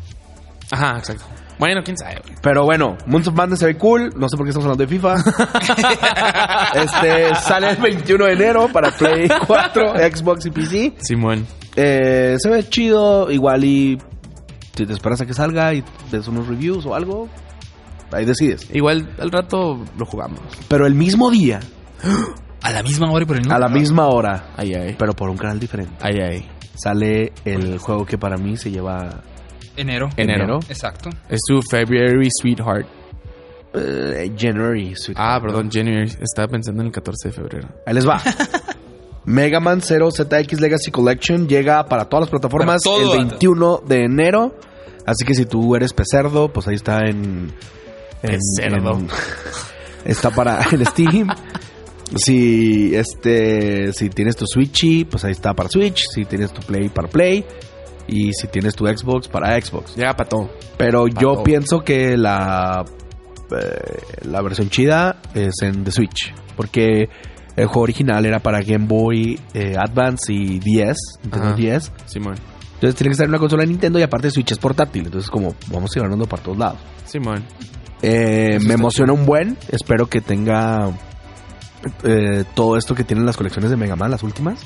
[SPEAKER 3] Ajá, exacto. Bueno, quién sabe, güey.
[SPEAKER 1] Pero bueno, Moons of Madness se ve cool, no sé por qué estamos hablando de FIFA.
[SPEAKER 3] (laughs)
[SPEAKER 1] este sale el 21 de enero para Play 4, Xbox y PC.
[SPEAKER 3] Simón.
[SPEAKER 1] Eh, se ve chido, igual y si te esperas a que salga y ves unos reviews o algo, ahí decides.
[SPEAKER 3] Igual al rato lo jugamos.
[SPEAKER 1] Pero el mismo día,
[SPEAKER 2] A la misma hora y por el
[SPEAKER 1] a la misma hora,
[SPEAKER 3] Ay, ay.
[SPEAKER 1] pero por un canal diferente,
[SPEAKER 3] Ay, ay.
[SPEAKER 1] sale el juego que para mí se lleva
[SPEAKER 2] Enero.
[SPEAKER 3] Enero.
[SPEAKER 2] Exacto.
[SPEAKER 3] Es tu February Sweetheart.
[SPEAKER 1] eh, January. Sweet.
[SPEAKER 3] Ah, perdón, January. Estaba pensando en el 14 de febrero.
[SPEAKER 1] Ahí les va. Mega Man 0 ZX Legacy Collection llega para todas las plataformas
[SPEAKER 2] Para todo,
[SPEAKER 1] el 21 de enero. Así que si tú eres pecerdo, pues ahí está en.
[SPEAKER 3] Pecerdo.
[SPEAKER 1] en- está para el Steam. Si este si tienes tu Switch, pues ahí está para Switch. Si tienes tu Play, para Play. Y si tienes tu Xbox, para Xbox.
[SPEAKER 3] Llega para todo.
[SPEAKER 1] Pero
[SPEAKER 3] Pa'
[SPEAKER 1] yo
[SPEAKER 3] todo.
[SPEAKER 1] pienso que la, eh, la versión chida es en The Switch. Porque el juego original era para Game Boy eh, Advance y 10, Nintendo
[SPEAKER 3] Ajá.
[SPEAKER 1] 10.
[SPEAKER 3] Simón.
[SPEAKER 1] Entonces tiene que estar en una consola de Nintendo y aparte Switch es portátil. Entonces como vamos a ir hablando para todos lados.
[SPEAKER 3] Simón.
[SPEAKER 1] Eh, me emociona un buen. Espero que tenga eh, todo esto que tienen las colecciones de Mega Man, las últimas.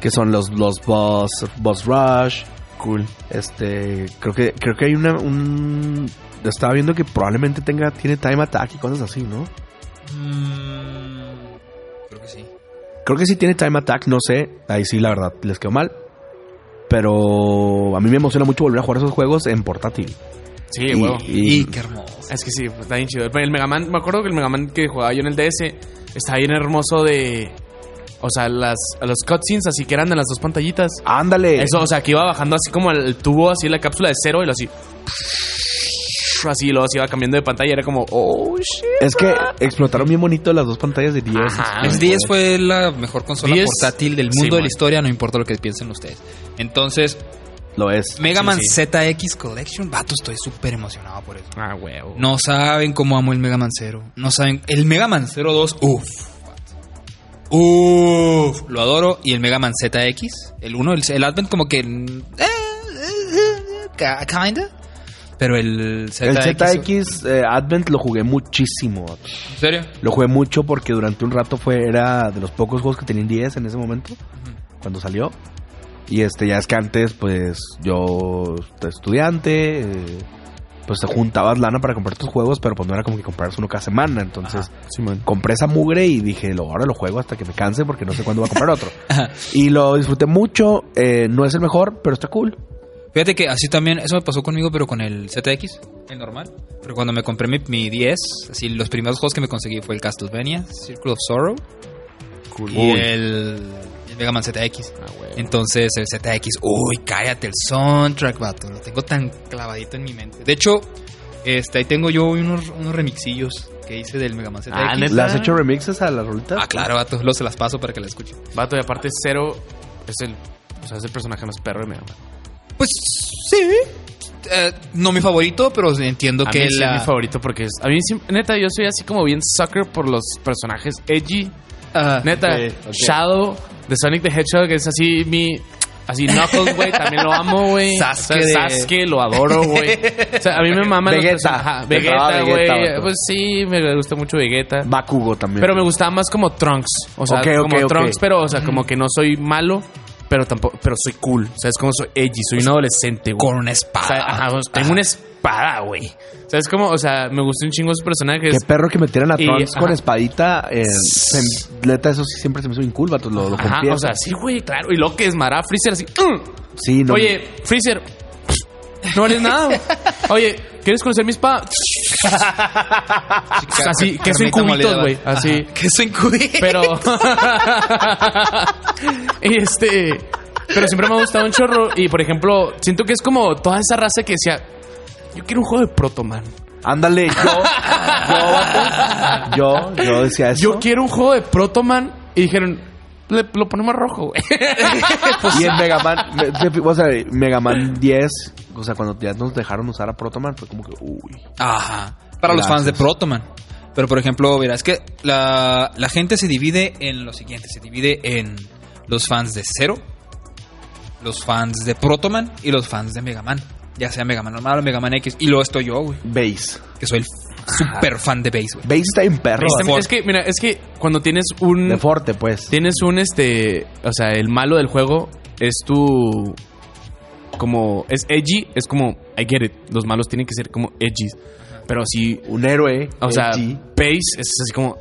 [SPEAKER 1] Que son los, los Boss, Boss Rush,
[SPEAKER 3] Cool.
[SPEAKER 1] este, creo que creo que hay una un estaba viendo que probablemente tenga tiene time attack y cosas así, ¿no?
[SPEAKER 2] Mm, creo que sí.
[SPEAKER 1] Creo que sí tiene time attack, no sé, ahí sí la verdad les quedó mal. Pero a mí me emociona mucho volver a jugar esos juegos en portátil.
[SPEAKER 3] Sí,
[SPEAKER 1] Y-
[SPEAKER 3] huevo.
[SPEAKER 1] y-
[SPEAKER 2] Y qué hermoso.
[SPEAKER 3] Es que sí, pues, está bien chido. El Mega Man, me acuerdo que el Mega Man que jugaba yo en el DS estaba bien hermoso de. O sea, las, los cutscenes así que eran en las dos pantallitas.
[SPEAKER 1] ándale.
[SPEAKER 3] Eso, o sea, que iba bajando así como el tubo, así la cápsula de cero y lo así. Así, y luego se iba cambiando de pantalla. Era como, oh shit.
[SPEAKER 1] Es que explotaron bien bonito las dos pantallas de Este, 10.
[SPEAKER 3] Ajá.
[SPEAKER 2] El 10 fue la mejor consola
[SPEAKER 3] 10,
[SPEAKER 2] portátil del mundo
[SPEAKER 3] sí,
[SPEAKER 2] de
[SPEAKER 3] man.
[SPEAKER 2] la historia, no importa lo que piensen ustedes. Entonces,
[SPEAKER 1] Lo es.
[SPEAKER 2] Mega
[SPEAKER 3] Sí,
[SPEAKER 2] Man
[SPEAKER 3] sí.
[SPEAKER 2] ZX Collection, vato, estoy súper emocionado por eso.
[SPEAKER 3] Ah, huevo.
[SPEAKER 2] No saben cómo amo el Mega Man 0. No saben. El Mega Man 02, uff. Uff, lo adoro. Y el Mega Man ZX, el 1, el, el Advent, como que. eh, eh, eh, ca- kinda. Pero el ZX.
[SPEAKER 1] El ZX eh, Advent lo jugué muchísimo.
[SPEAKER 2] ¿En serio?
[SPEAKER 1] Lo jugué mucho porque durante un rato fue era de los pocos juegos que tenían 10 en ese momento. cuando salió. Y este, ya es que antes, pues yo era estudiante, eh, pues te juntabas lana para comprar tus juegos, pero pues no era como que compraras uno cada semana. Entonces,
[SPEAKER 3] Simón.
[SPEAKER 1] compré esa mugre y dije, lo, ahora lo juego hasta que me canse porque no sé cuándo voy a comprar
[SPEAKER 2] (laughs)
[SPEAKER 1] otro. y lo disfruté mucho. eh, no es el mejor, pero está cool.
[SPEAKER 2] Fíjate que así también, eso me pasó conmigo, pero con el ZX, el normal. Pero cuando me compré mi, mi 10, así los primeros juegos que me conseguí fue el Castlevania, Circle of Sorrow y
[SPEAKER 3] Uy.
[SPEAKER 2] el, el Mega Man ZX.
[SPEAKER 3] Ah,
[SPEAKER 2] Entonces el ZX, uy, cállate, el soundtrack, vato, lo tengo tan clavadito en mi mente. De hecho, este, ahí tengo yo unos, unos remixillos que hice del Mega Man ZX.
[SPEAKER 3] Ah, ¿neta?
[SPEAKER 1] ¿Le has hecho remixes a las rolitas?
[SPEAKER 2] Ah, claro, vato, luego se las paso para que la escuchen.
[SPEAKER 3] Vato, y aparte cero es el, o sea, es el personaje más perro de Mega Man.
[SPEAKER 2] Pues sí. Eh, no mi favorito, pero entiendo
[SPEAKER 3] A
[SPEAKER 2] que
[SPEAKER 3] mí sí
[SPEAKER 2] la-
[SPEAKER 3] es mi favorito porque es... A mí, sí- neta, yo soy así como bien sucker por los personajes edgy.
[SPEAKER 2] Ah,
[SPEAKER 3] (laughs) Neta,
[SPEAKER 1] Ok, ok.
[SPEAKER 3] Shadow de Sonic the Hedgehog es así mi... Así Knuckles, güey, también lo amo,
[SPEAKER 1] (laughs)
[SPEAKER 3] güey. O sea,
[SPEAKER 2] Sasuke de-
[SPEAKER 3] Sasuke, lo adoro, güey. O sea, a mí me maman los
[SPEAKER 1] Vegeta.
[SPEAKER 3] personajes- ajá,
[SPEAKER 1] Te traba
[SPEAKER 3] Vegeta,
[SPEAKER 1] Vegeta,
[SPEAKER 3] güey.
[SPEAKER 1] vato.
[SPEAKER 3] Pues sí, me gusta mucho Vegeta.
[SPEAKER 1] Bakugo también.
[SPEAKER 3] Pero me gustaba más como Trunks. O sea,
[SPEAKER 1] Ok, ok,
[SPEAKER 3] como
[SPEAKER 1] ok. Mm.
[SPEAKER 3] Trunks, pero, o sea, como que no soy malo, pero tampoco, pero soy cool. O sea, es como soy edgy, soy
[SPEAKER 1] Pues
[SPEAKER 3] un adolescente, güey.
[SPEAKER 2] con una
[SPEAKER 3] O sea,
[SPEAKER 2] espada.
[SPEAKER 3] ajá, o sea, tengo una espada, güey. O sea, es como, o sea, me gustan un chingo esos personajes.
[SPEAKER 1] Qué perro que metieran a
[SPEAKER 3] Y,
[SPEAKER 1] Trunks
[SPEAKER 3] ajá.
[SPEAKER 1] con espadita. eh, se- neta, eso sí siempre se me hizo inculpa, lo, lo
[SPEAKER 3] Ajá,
[SPEAKER 1] confieso.
[SPEAKER 3] o sea, sí, güey, claro. Y lo que desmará a Freezer así. "Mm".
[SPEAKER 1] sí, no.
[SPEAKER 3] Oye, Freezer, no vales nada. Oye, ¿quieres conocer mi espada?
[SPEAKER 2] Chica,
[SPEAKER 3] así,
[SPEAKER 2] car-
[SPEAKER 3] que es en
[SPEAKER 2] carnita molida,
[SPEAKER 3] cubitos, güey,
[SPEAKER 2] vato.
[SPEAKER 3] así.
[SPEAKER 2] Ajá, (laughs) Que es en
[SPEAKER 3] (laughs)
[SPEAKER 2] cubitos.
[SPEAKER 3] Pero. y este. Pero siempre me ha gustado un chorro. Y por ejemplo, siento que es como toda esa raza que decía: Yo quiero un juego de Protoman.
[SPEAKER 1] Ándale, yo, yo, vato, yo, yo decía eso.
[SPEAKER 3] Yo quiero un juego de Protoman. Y dijeron: "Le- Lo ponemos rojo, güey. (laughs) Pues
[SPEAKER 1] Y en Mega Man, me- se- o sea, Mega Man 10, o sea, cuando ya nos dejaron usar a Protoman, fue como que, uy.
[SPEAKER 2] Ajá. Para los
[SPEAKER 1] Gracias.
[SPEAKER 2] fans de Protoman. Pero por ejemplo, mira, es que la, la gente se divide en lo siguiente: se divide en los fans de Zero, los fans de Protoman y los fans de Mega Man. Ya sea Mega Man normal o Mega Man X. Y luego estoy yo, güey,
[SPEAKER 1] Base.
[SPEAKER 2] que soy el super fan de Base, güey.
[SPEAKER 1] Base está en perro.
[SPEAKER 2] Base
[SPEAKER 1] vato.
[SPEAKER 2] Ford.
[SPEAKER 3] Es que, mira, es que cuando tienes un.
[SPEAKER 1] De forte, pues.
[SPEAKER 3] Tienes un este. O sea, el malo del juego es tu. Como. Es edgy. Es como. I get it. Los malos tienen que ser como edgy. Pero si
[SPEAKER 1] Un héroe.
[SPEAKER 3] O sea,
[SPEAKER 1] edgy.
[SPEAKER 3] Pace es así como.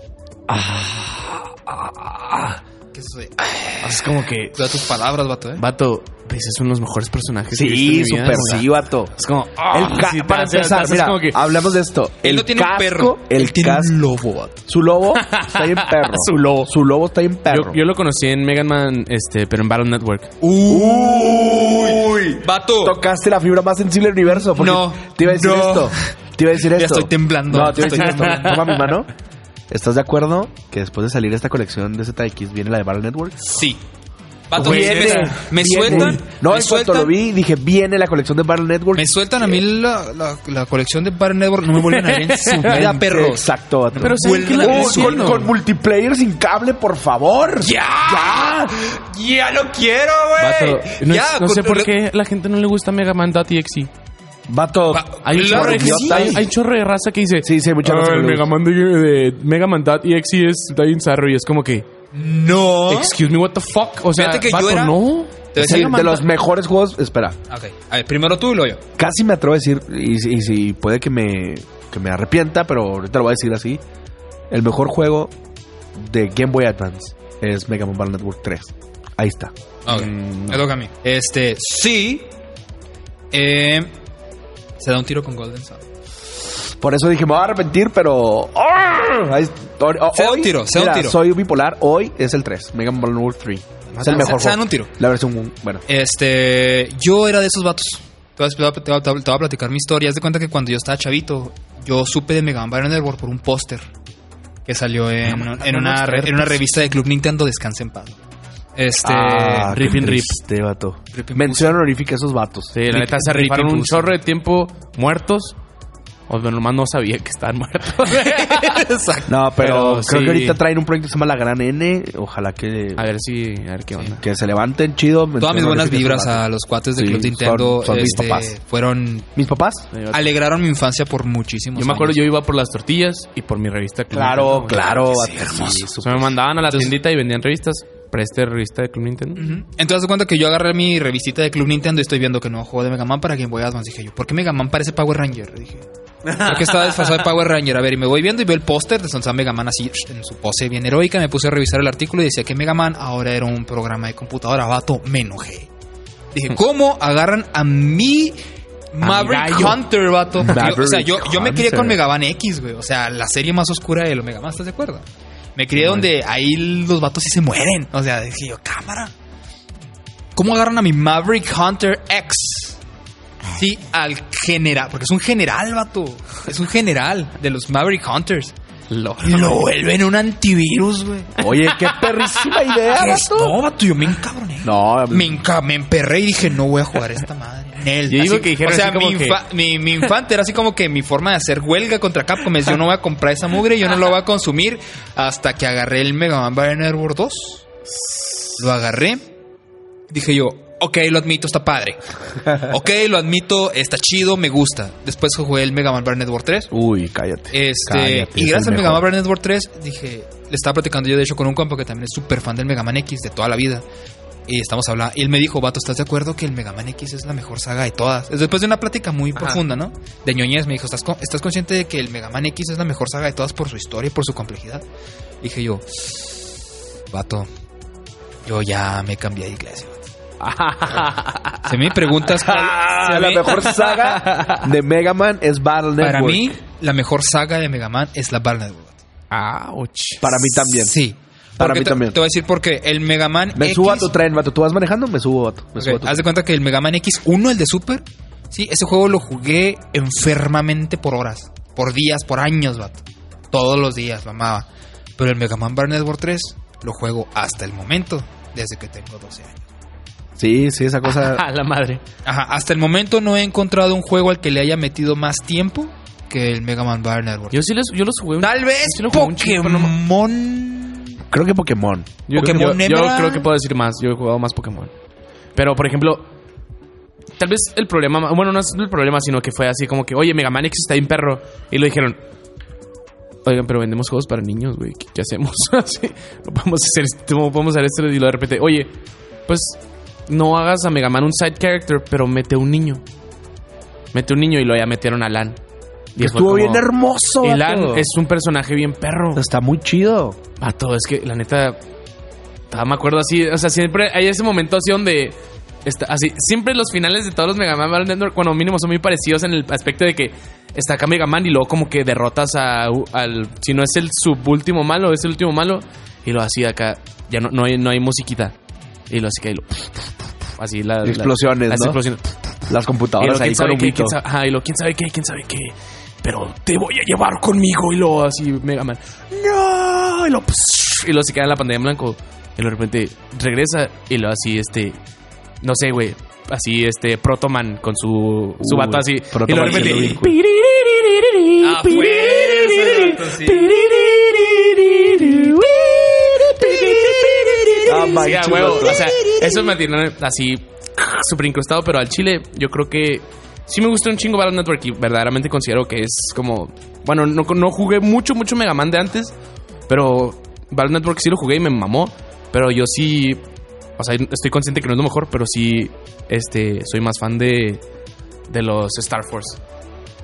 [SPEAKER 3] ah,
[SPEAKER 2] ¿Qué es eso de-
[SPEAKER 3] Es como que.
[SPEAKER 2] Cuida tus palabras, vato, eh.
[SPEAKER 3] Vato, Pace es uno de los mejores personajes. que he visto en
[SPEAKER 1] Sí,
[SPEAKER 3] mi vida,
[SPEAKER 1] super
[SPEAKER 3] o sea,
[SPEAKER 1] sí, vato.
[SPEAKER 3] Es como. ah,
[SPEAKER 2] Ah,
[SPEAKER 1] El ca- para empezar, mira, hablemos de esto.
[SPEAKER 2] Él
[SPEAKER 1] El
[SPEAKER 2] no tiene un
[SPEAKER 1] casco,
[SPEAKER 2] perro,
[SPEAKER 1] el
[SPEAKER 2] él tiene un
[SPEAKER 1] casco,
[SPEAKER 2] lobo, vato.
[SPEAKER 1] su lobo
[SPEAKER 2] (laughs)
[SPEAKER 1] está bien perro.
[SPEAKER 3] Su lobo.
[SPEAKER 1] Su lobo está bien perro.
[SPEAKER 3] Yo, yo lo conocí en Mega Man, este, pero en Battle Network.
[SPEAKER 1] Uy,
[SPEAKER 2] Vato.
[SPEAKER 1] tocaste la fibra más sensible del universo. porque
[SPEAKER 2] No,
[SPEAKER 1] te iba a decir
[SPEAKER 2] no.
[SPEAKER 1] esto. Te iba a decir
[SPEAKER 2] Ya
[SPEAKER 1] esto.
[SPEAKER 2] estoy temblando.
[SPEAKER 1] No, te iba a decir
[SPEAKER 2] Estoy
[SPEAKER 1] esto.
[SPEAKER 2] temblando.
[SPEAKER 1] Toma mi
[SPEAKER 2] (laughs)
[SPEAKER 1] mano. ¿Estás de acuerdo que después de salir esta colección de ZX viene la de Battle Network?
[SPEAKER 2] Sí. Vato,
[SPEAKER 3] Güey,
[SPEAKER 2] me-
[SPEAKER 3] viene,
[SPEAKER 2] me,
[SPEAKER 1] Viene.
[SPEAKER 2] sueltan.
[SPEAKER 1] No,
[SPEAKER 2] me
[SPEAKER 1] en cuanto
[SPEAKER 2] sueltan-
[SPEAKER 1] lo vi, dije, viene la colección de Battle Network.
[SPEAKER 2] Me sueltan a mí la, la- la colección de Bar Network. No me vuelven a ver
[SPEAKER 1] (laughs)
[SPEAKER 2] en su vida, perro.
[SPEAKER 1] Exacto. vato.
[SPEAKER 3] Pero ¿saben
[SPEAKER 2] qué le
[SPEAKER 1] Uh,
[SPEAKER 2] estoy
[SPEAKER 1] con,
[SPEAKER 3] diciendo?
[SPEAKER 1] con multiplayer sin cable, por favor.
[SPEAKER 2] ¡Ya! ¡Ya! lo quiero, güey!
[SPEAKER 3] Vato, no,
[SPEAKER 2] ya,
[SPEAKER 3] es- no sé
[SPEAKER 2] con-
[SPEAKER 3] por qué la gente no le gusta Mega Man.exe.
[SPEAKER 1] Vato.
[SPEAKER 2] Va-
[SPEAKER 3] Hay, un
[SPEAKER 2] Claro
[SPEAKER 3] chorro de
[SPEAKER 2] que
[SPEAKER 3] gente-
[SPEAKER 2] sí.
[SPEAKER 3] hay, hay un chorro de raza que dice.
[SPEAKER 1] Sí, sí, hay mucha
[SPEAKER 3] "Ah,
[SPEAKER 1] raza que
[SPEAKER 3] el
[SPEAKER 1] le
[SPEAKER 3] Mega
[SPEAKER 1] gusta".
[SPEAKER 3] Man de, de Mega Man.exe es está bien zarro y es como que.
[SPEAKER 2] No.
[SPEAKER 3] Excuse me, what the fuck. O sea,
[SPEAKER 2] ¿Ah? Fíjate que yo
[SPEAKER 3] vato,
[SPEAKER 2] era-
[SPEAKER 3] no.
[SPEAKER 2] Te voy a
[SPEAKER 1] es
[SPEAKER 2] decir-
[SPEAKER 1] el de los mejores juegos. Espera.
[SPEAKER 2] Ok, a ver, primero tú y luego yo.
[SPEAKER 1] Casi me atrevo a decir, y, si- y si puede que me, que me arrepienta, pero ahorita lo voy a decir así. El mejor juego de Game Boy Advance es Mega Man Battle Network 3. Ahí está.
[SPEAKER 2] Ok,
[SPEAKER 3] Mm,
[SPEAKER 2] me toca a mí. Este, sí. Eh, se da un tiro con Golden Sun.
[SPEAKER 1] Por eso dije, me voy a arrepentir, pero... ¡Ah! Ahí- o- o-
[SPEAKER 2] Se da un
[SPEAKER 1] hoy,
[SPEAKER 2] tiro, se da un
[SPEAKER 1] mira,
[SPEAKER 2] tiro.
[SPEAKER 1] Soy bipolar, hoy es el 3, Mega Man Battle Network 3. Es el
[SPEAKER 2] Se-
[SPEAKER 1] mejor
[SPEAKER 2] se dan
[SPEAKER 1] juego.
[SPEAKER 2] un tiro.
[SPEAKER 1] La versión, bueno.
[SPEAKER 2] Este, yo era de esos vatos. Te voy a, expl- te voy a- te voy a- te voy a platicar mi historia. Haz de cuenta que cuando yo estaba chavito, yo supe de Mega Man Battle Network por un póster que salió en, en una, re- en una revista de Club Nintendo Descanse en paz. Este, (laughs)
[SPEAKER 1] Ah,
[SPEAKER 3] Rip
[SPEAKER 1] qué
[SPEAKER 3] in Rip.
[SPEAKER 1] triste, vato.
[SPEAKER 2] Rip in
[SPEAKER 1] Mención honorífica a esos vatos.
[SPEAKER 3] Sí,
[SPEAKER 2] Rick-
[SPEAKER 3] la neta se
[SPEAKER 2] Rick
[SPEAKER 3] rifaron
[SPEAKER 2] y
[SPEAKER 3] un
[SPEAKER 2] Pussy.
[SPEAKER 3] chorro de tiempo muertos. O sea, nomás no sabía que estaban (laughs) muertos.
[SPEAKER 2] Exacto.
[SPEAKER 1] No, pero,
[SPEAKER 3] Pero
[SPEAKER 1] creo
[SPEAKER 3] sí.
[SPEAKER 1] que ahorita traen un proyecto que se llama La Gran N. Ojalá que,
[SPEAKER 3] a ver si, a ver qué onda.
[SPEAKER 1] que se levanten chido.
[SPEAKER 2] Todas mis
[SPEAKER 1] Mención
[SPEAKER 2] buenas
[SPEAKER 1] honorífica
[SPEAKER 2] vibras
[SPEAKER 1] esos vatos.
[SPEAKER 2] a los cuates de
[SPEAKER 1] Sí,
[SPEAKER 2] Club
[SPEAKER 1] son-
[SPEAKER 2] Nintendo
[SPEAKER 1] son mis
[SPEAKER 2] este,
[SPEAKER 1] papás.
[SPEAKER 2] fueron
[SPEAKER 1] ¿Mis papás?
[SPEAKER 2] alegraron mi infancia por muchísimos
[SPEAKER 3] Yo me acuerdo,
[SPEAKER 2] años.
[SPEAKER 3] yo iba por las tortillas y por mi revista. Club
[SPEAKER 1] Claro,
[SPEAKER 3] Nintendo, güey.
[SPEAKER 1] claro.
[SPEAKER 2] Sí,
[SPEAKER 1] vato, sí,
[SPEAKER 2] hermoso.
[SPEAKER 1] su-
[SPEAKER 3] O sea, me mandaban a la tiendita y vendían revistas. Preste revista de Club Nintendo.
[SPEAKER 2] Ujú. Entonces, haz cuenta que yo agarré mi revistita de Club Nintendo y estoy viendo que no juego de Mega Man para Game Boy Advance. Dije yo, ¿por qué Mega Man parece Power Ranger? Dije, ¿por qué está desfasado de Power Ranger? A ver, y me voy viendo y veo el póster de Sansa Mega Man así en su pose bien heroica. Me puse a revisar el artículo y decía que Mega Man ahora era un programa de computadora. Vato, me enojé.
[SPEAKER 1] (laughs)
[SPEAKER 2] Dije, ¿cómo agarran a mi Maverick
[SPEAKER 3] gallo.
[SPEAKER 2] Hunter, vato? Porque yo- o sea, yo, yo me crié
[SPEAKER 1] Maverick
[SPEAKER 2] con
[SPEAKER 1] Hunter.
[SPEAKER 2] Mega Man X, güey. O sea, la serie más oscura de los Mega Man, ¿estás de acuerdo? Me crié donde ahí los vatos sí se mueren. O sea, dije yo, cámara. ¿Cómo agarran a mi Maverick Hunter X? Sí, al general. Porque es un general, vato. Es un general de los Maverick Hunters. Y lo vuelven un antivirus, güey.
[SPEAKER 1] Oye,
[SPEAKER 2] (laughs)
[SPEAKER 1] qué perrísima idea,
[SPEAKER 2] ¿Qué es?
[SPEAKER 1] Ah, vato.
[SPEAKER 2] No, vato, yo me encabroné.
[SPEAKER 1] No, mm,
[SPEAKER 2] Me, enca- me emperré y dije, no voy a jugar a esta madre. Nel.
[SPEAKER 3] (laughs) Yo digo
[SPEAKER 2] Así-
[SPEAKER 3] que dijeron
[SPEAKER 2] O sea,
[SPEAKER 3] así como
[SPEAKER 2] mi, infa- mi, mi infante era así como que mi forma de hacer huelga contra Capcom es: yo no voy a comprar esa mugre, yo no la voy a consumir hasta que agarré el Mega Man Battle Network 2. Lo agarré. Dije yo, ok, lo admito, está padre. Ok, lo admito, está chido, me gusta. Después jugué el Mega Man Battle Network 3.
[SPEAKER 1] Uy, cállate.
[SPEAKER 2] Este,
[SPEAKER 1] Cállate, es
[SPEAKER 2] y
[SPEAKER 1] el
[SPEAKER 2] gracias al Mega Man
[SPEAKER 1] mejor.
[SPEAKER 2] Battle Network 3, dije, le estaba platicando yo de hecho con un compa que también es súper fan del Mega Man X de toda la vida. Y estamos hablando, y él me dijo, vato, ¿estás de acuerdo que el Mega Man X es la mejor saga de todas? Es Después de una plática muy profunda, ¿no? De ñoñez me dijo, ¿estás, con- ¿estás consciente de que el Mega Man X es la mejor saga de todas por su historia y por su complejidad? Dije yo, vato, yo ya me cambié de iglesia.
[SPEAKER 1] (laughs)
[SPEAKER 2] vato". si me preguntas cuál- si a
[SPEAKER 1] la
[SPEAKER 2] mí-
[SPEAKER 1] mejor saga de Mega Man es Battle Network.
[SPEAKER 2] para mí, la mejor saga de Mega Man es la Battle Network.
[SPEAKER 3] Ouch.
[SPEAKER 1] Para mí también.
[SPEAKER 2] Sí.
[SPEAKER 1] Para
[SPEAKER 2] Porque
[SPEAKER 1] mí
[SPEAKER 2] te,
[SPEAKER 1] también.
[SPEAKER 2] Te voy a decir porque el Mega Man
[SPEAKER 1] Me
[SPEAKER 2] X.
[SPEAKER 1] subo a tu tren, vato. ¿Tú vas manejando? Me subo, vato. Me
[SPEAKER 2] Ok,
[SPEAKER 1] subo a tu
[SPEAKER 2] Haz de cuenta que el Mega Man X1, el de Super, sí, ese juego lo jugué enfermamente por horas, por días, por años, vato. Todos los días, lo amaba. Pero el Mega Man Bar Network 3 lo juego hasta el momento, desde que tengo 12 años.
[SPEAKER 1] Sí, sí, esa cosa.
[SPEAKER 3] A la madre.
[SPEAKER 2] Ajá, hasta el momento no he encontrado un juego al que le haya metido más tiempo que el Mega Man Bar Network.
[SPEAKER 3] Yo sí los, yo los jugué. un-
[SPEAKER 2] Tal vez
[SPEAKER 3] sí lo jugué un chingo, pero no me-
[SPEAKER 2] Pokémon.
[SPEAKER 1] creo que Pokémon.
[SPEAKER 3] Yo,
[SPEAKER 2] Pokémon
[SPEAKER 3] yo- yo
[SPEAKER 2] Emerald.
[SPEAKER 3] creo que puedo decir más. Yo he jugado más Pokémon. Pero, por ejemplo, tal vez el problema. Bueno, no es el problema, sino que fue así como que, oye, Mega Man X está bien perro. Y lo dijeron. Oigan, pero vendemos juegos para niños, güey. ¿Qué, qué hacemos? (laughs) Así, no podemos hacer esto, no podemos hacer esto. Y luego de repente, oye, pues no hagas a Mega Man un side character, pero mete un niño. Mete un niño y lo ya metieron a Lan. Y fue
[SPEAKER 1] Estuvo
[SPEAKER 3] como,
[SPEAKER 1] bien hermoso, vato.
[SPEAKER 3] Y Lan es un personaje bien perro.
[SPEAKER 1] Está muy chido.
[SPEAKER 3] Vato, es que la neta. ta, me acuerdo así. O sea, siempre hay ese momento así donde. Está, así, siempre los finales de todos los Mega Man Battle Network, bueno, mínimo son muy parecidos en el aspecto de que está acá Mega Man y luego como que derrotas a, al. Si no es el subúltimo malo, es el último malo. Y lo así acá. Ya no, no, hay, no hay musiquita. Y lo así que. y lo- así la. la-
[SPEAKER 1] Explosiones,
[SPEAKER 3] las
[SPEAKER 1] ¿no?
[SPEAKER 3] explosiones.
[SPEAKER 1] Las
[SPEAKER 3] Y
[SPEAKER 1] computadoras
[SPEAKER 3] luego,
[SPEAKER 1] ahí
[SPEAKER 3] ¿quién
[SPEAKER 1] con
[SPEAKER 3] sabe
[SPEAKER 1] un
[SPEAKER 3] qué?
[SPEAKER 1] mito.
[SPEAKER 3] ¿Quién sabe? Ajá, y luego, ¿quién sabe qué? ¿Quién sabe qué? Pero te voy a llevar conmigo. Y luego así, Mega Man. ¡No! Y luego, pss, y luego se queda en la pantalla en blanco. Y luego de repente regresa y luego así, este... No sé, güey. Así, este, Protoman con su, su
[SPEAKER 1] Uy,
[SPEAKER 3] vato así. y luego
[SPEAKER 1] Protoman
[SPEAKER 3] de repente...
[SPEAKER 1] siendo bien cool.
[SPEAKER 3] "Piririririri,
[SPEAKER 2] Ah, pues,
[SPEAKER 3] piririririri,
[SPEAKER 2] exacto, sí.
[SPEAKER 3] piririririri, piririririri".
[SPEAKER 1] Ah, my
[SPEAKER 3] Sí, a
[SPEAKER 1] chulo.
[SPEAKER 3] huevo. O sea, eso me tiene así súper incrustado, pero al chile yo creo que sí me gusta un chingo Battle Network y verdaderamente considero que es como... Bueno, no, no jugué mucho, mucho Mega Man de antes, pero Battle Network sí lo jugué y me mamó, pero yo sí... O sea, estoy consciente que no es lo mejor, pero sí este, soy más fan de, de los Star Force.